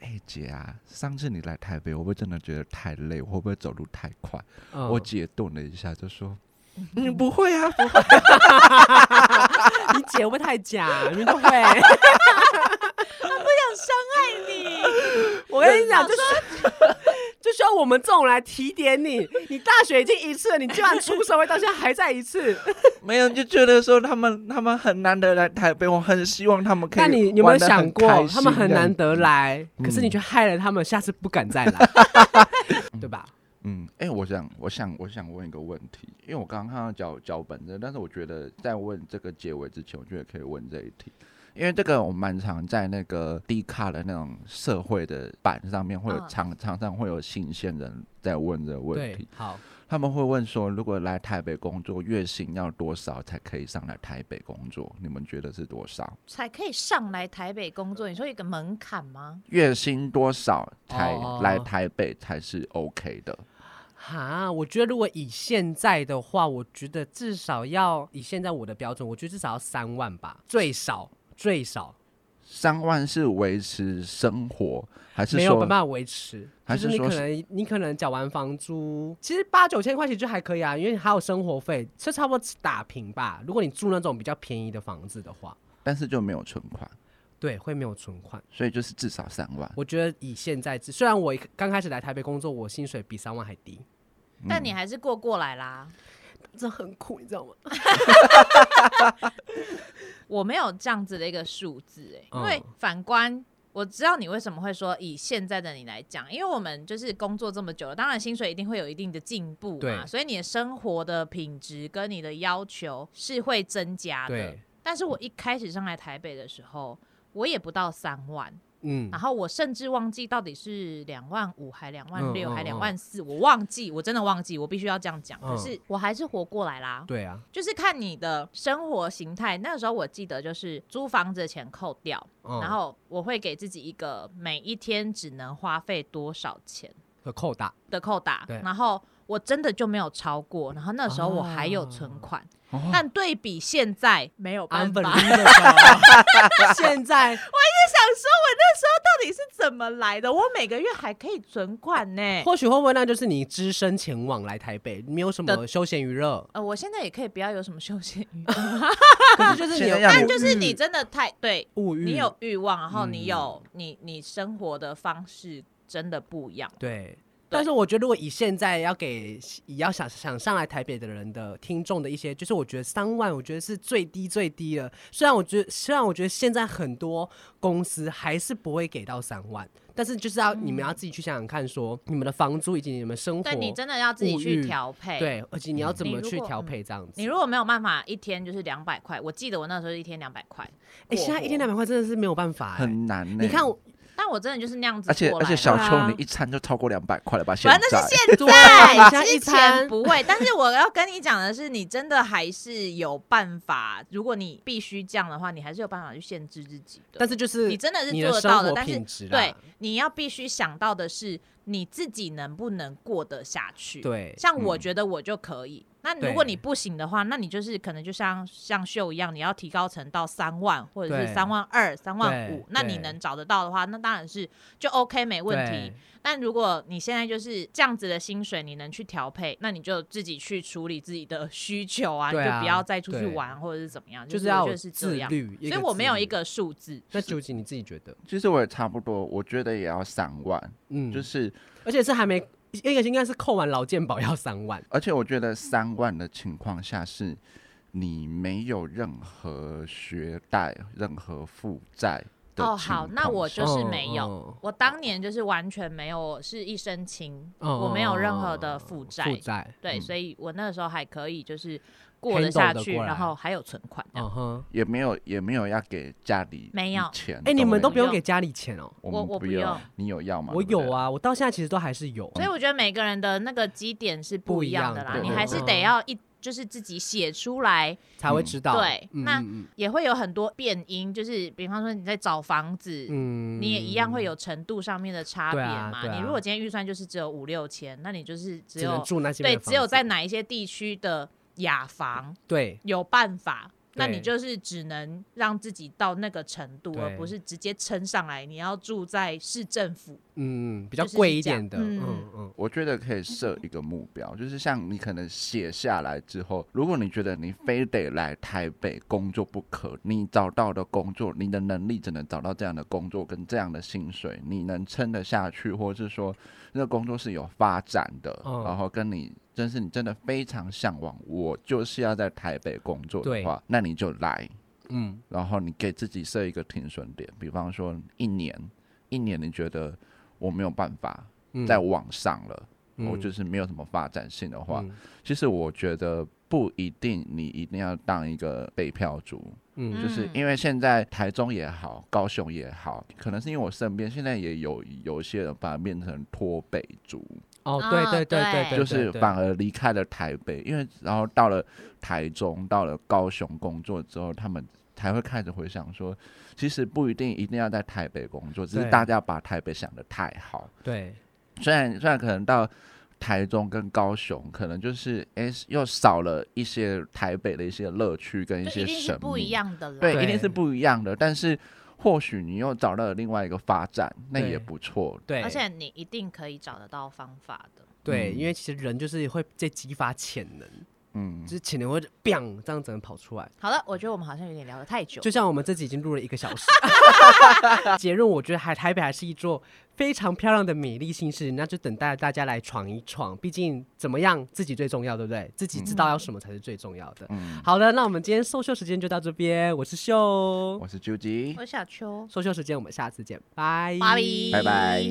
B: 哎、姐啊，上次你来台北，我会不会真的觉得太累？我会不会走路太快？
A: 嗯
B: 我姐顿了一下，就说：“嗯，不会啊， 不会。
A: 你姐会不会太假？你 都会。我跟你讲，就是 就需要我们这种来提点你。你大学已经一次了，你居然出社会到现在还在一次，
B: 没有，就觉得说他们他们很难得来台北，我很希望他们可以。
A: 那你你有没有想过，他们很难
B: 难，
A: 得来，可
B: 嗯
A: 是你却害了他们，下次不敢再 来，对吧？
B: 嗯，哎、我想，我想，我想问一个问题，因为我刚刚看到脚脚本的，但是我觉得在问这个结尾之前，我觉得可以问这一题，因为这个我们蛮常在那个低卡的那种社会的版上面，会有
C: 嗯
B: 常常常会有新鲜人在问这个问
A: 对
B: 题，，
A: 好，
B: 他们会问说，如果来台北工作，月薪要多少才可以上来台北工作？你们觉得是多少？
C: 才可以上来台北工作。你说有一个门槛吗？
B: 月薪多少才
A: 哦
B: 来台北才是 OK 的？
A: 哈，我觉得如果以现在的话，我觉得至少要以现在我的标准，我觉得至少要三万吧，最少最少
B: 三万是维持生活，还是
A: 没有办
B: 说
A: 法维持，
B: 还
A: 就是你
B: 说
A: 可
B: 是
A: 能你可能缴完房租，其实八九千块钱就还可以啊，因为还有生活费，这差不多打平吧。如果你住那种比较便宜的房子的话，
B: 但是就没有存款，
A: 对，会没有存款。
B: 所以就是至少三万？
A: 我觉得以现在至，虽然我一刚开始来台北工作，我薪水比三万还低，
C: 但你还是过过来啦。
A: 这很苦，你知道吗？
C: 我没有这样子的一个数字、欸，
A: 嗯
C: 因为反观。我知道你为什么会说以现在的你来讲，因为我们就是工作这么久了，当然薪水一定会有一定的进步
A: 对
C: 嘛，所以你的生活的品质跟你的要求是会增加的
A: 对。，
C: 但是我一开始上来台北的时候，我也不到三万，
A: 嗯
C: 然，后我甚至忘记到底是两万五还两万
A: 嗯
C: 六
A: 嗯
C: 还
A: 嗯
C: 两万四，我忘记，我真的忘记，我必须要这样讲。
A: 嗯
C: 可是我还是活过来啦，
A: 对啊，
C: 就是看你的生活形态。那个时候我记得就是租房子的钱扣掉，
A: 嗯、
C: 然后我会给自己一个每一天只能花费多少钱
A: 和扣打，
C: 的扣打
A: 对，
C: 然后我真的就没有超过。然后那时候我还有
A: 啊
C: 存款，
B: 哦
C: 但对比现在没有办法。
A: unbelievable！现 在
C: 想说，我那时候 到底是怎么来的？我每个月还可以存款呢、
A: 或许会不会那就是你只身前往来台北，没有什么
C: 的
A: 休闲娱 乐，
C: 呃，我现在也可以不要有什么休闲 娱乐，
A: 可是就是你
B: 现在
A: 有
B: 要
C: 但
B: 你
C: 就是你真的太对
A: 物欲，
C: 嗯你有欲望，然后
A: 嗯
C: 你有、你你生活的方式真的不一样。
A: 对。但是我觉得，如果以现在要给也要想想上来台北的人的听众的一些，就是我觉得三万，我觉得是最低最低了。虽然我觉得，虽然我觉得现在很多公司还是不会给到三万，但是就是要、你们要自己去想想看说你们的房租以及你们生活，
C: 但你真的要自己
A: 物
C: 去
A: 欲
C: 调配。，
A: 对，而且你要怎
C: 你
A: 么
C: 如
A: 去
C: 果
A: 调
C: 嗯
A: 配这样子。
C: 你如果没有办法一天就是两百块，我记得我那时候一天两百块，
A: 哎、现在一天两百块真的是没有办法、哎
B: 很难呢、
A: 你看我，
C: 但我真的就是那样子
B: 而且
C: 过
B: 而
C: 来
B: 且
C: 的
B: 小
A: 对
B: 邱
A: 啊
B: 你一餐就超过两百块了吧？现
C: 反正那
B: 在
C: 是现
A: 对啊现
C: 在，
A: 在一
C: 之前
A: 餐
C: 不会。但是我要跟你讲的是，你真的还是有办法。如果你必须这样的话，你还是有办法去限制自己的。
A: 但是就是
C: 你真的是
A: 你的
C: 做得
A: 生
C: 到的，
A: 活
C: 但是
A: 品质啦
C: 对，你要必须想到的是你自己能不能过得下去。，
A: 对
C: 像我
B: 嗯
C: 觉得我就可以。那如
A: 对
C: 果你不行的话，那你就是可能就像像秀一样，你要提高成到三万或者是
A: 对
C: 三万二、三万五
A: 对，
C: 那你
A: 对
C: 能找得到的话，那当然是就 OK 没问题
A: 对。
C: 但如果你现在就是这样子的薪水，你能去调配，那你就自己去处理自己的需求啊，
A: 对
C: 你就
A: 啊
C: 不要再出去
A: 对
C: 玩或者是怎么样，
A: 就是是要
C: 我觉
A: 有
C: 得是这
A: 自
C: 样。
A: 律，
C: 所以我没有
A: 自律
C: 一。个数字，
A: 那究竟你自己觉得？
B: 其实我也差不多，我觉得也要三万，
A: 嗯，
B: 就
A: 就是
B: 是
A: 而且是还没，那个应该是扣完劳健保要三万，
B: 而且我觉得三万的情况下是，你没有任何学贷、任何负债的
C: 哦
B: 情
C: 好那
B: 况
C: 我
B: 下
C: 就是没有
A: 哦
C: 我当年就是完全没有，我是一身轻，
A: 哦
C: 我没有任何的负债，
A: 负债，
C: 对，
B: 嗯
C: 所以我那时候还可以就是过
A: Handle
C: 得下
A: 得
C: 去，
A: 过来
C: 然后还有存款这
A: 嗯
C: 样。
A: 哼，
B: 也没有也没有要给家里
C: 没有
B: 钱，
A: 哎，你们都
B: 没
A: 不用给家里钱哦，
B: 有我
C: 我
B: 们
C: 我不
B: 不要
C: 用，
B: 你有要吗？
A: 我
B: 对不
A: 有啊，我到现在其实都还是有，
C: 所以我觉得每个人的那个基点是不
A: 不
C: 一
A: 一
C: 样
A: 样
C: 的啦，
B: 的
C: 你
B: 对
C: 还是
A: 嗯
C: 得要一就是自己写出来，
A: 才会
B: 嗯
A: 知道。
C: 对
A: 嗯
C: 那
A: 嗯
C: 也会有很多变因，就是比方说你在找房子，
A: 嗯，
C: 你也一样会有程度上面的差别
A: 对啊
C: 嘛。
A: 对啊
C: 你如果今天预算就是只有五六千，那你就是只
A: 只
C: 有
A: 能住那些
C: 对，
A: 人的
C: 只有
A: 房子
C: 在哪一些地区的雅房
A: 对
C: 有办法。那你
A: 对
C: 就是只能让自己到那个程度，
A: 对
C: 而不是直接撑上来。你要住在市政府，
A: 嗯比较
C: 就是是
A: 贵一
C: 这样
A: 点的，
C: 嗯
A: 嗯嗯，
B: 我觉得可以设一个目标，就是像你可能写下来之后，如果你觉得你非得来台北工作不可，你找到的工作，你的能力只能找到这样的工作跟这样的薪水，你能撑得下去，或者是说那个工作是有发展的，
A: 嗯
B: 然后跟你真是你真的非常向往，我就是要在台北工作的
A: 对
B: 话，那你就来，
A: 嗯，
B: 然后你给自己设一个停损点，比方说一年，一年你觉得我没有办法
A: 嗯
B: 再往上了。我
A: 嗯
B: 哦就是没有什么发展性的话，
A: 嗯
B: 其实我觉得不一定你一定要当一个北漂族，
A: 嗯
B: 就是因为现在台中也好，高雄也好，可能是因为我身边现在也有有一些人把它变成脱北族，
A: 哦
C: 啊
A: 对对对对
C: 对
A: 对，
B: 就是
A: 对
B: 反而离开了台北，因为然后到了台中，到了高雄工作之后，他们。才会开始回想说，其实不一定一定要在台北工作，只是
A: 对
B: 大家把台北想得太好。
A: 对
B: 虽然虽然可能到台中跟高雄，可能就是诶又少了一些台北的一些乐趣跟一
C: 就
B: 些
C: 一定是
B: 神
C: 不
B: 秘
C: 一，样的啦。
B: 对，
A: 对
B: 一定是不一样的。但是或许你又找到了另外一个发展，那
A: 对
B: 也不错。
A: 对，
C: 而且你一定可以找得到方法的。
A: 对，
B: 嗯
A: 因为其实人就是会在激发潜能，
B: 嗯
A: 就，是潜能会 biang 这样子能跑出来。
C: 好了，我觉得我们好像有点聊得太久
A: 就。像我们这集已经录了一个小时，结论我觉得还台北还是一座非常漂亮的美丽新市，那就等待大家来闯一闯。毕竟怎么样，自己最重要，对不对？自己知道要什么才是最重要的。
B: 嗯
A: 好的，那我们今天搜秀时间就到这边，我是秀，
B: 我是究极
C: 我，是小秋，
A: 搜秀时间，我们下次见，拜
C: 拜
B: 拜拜。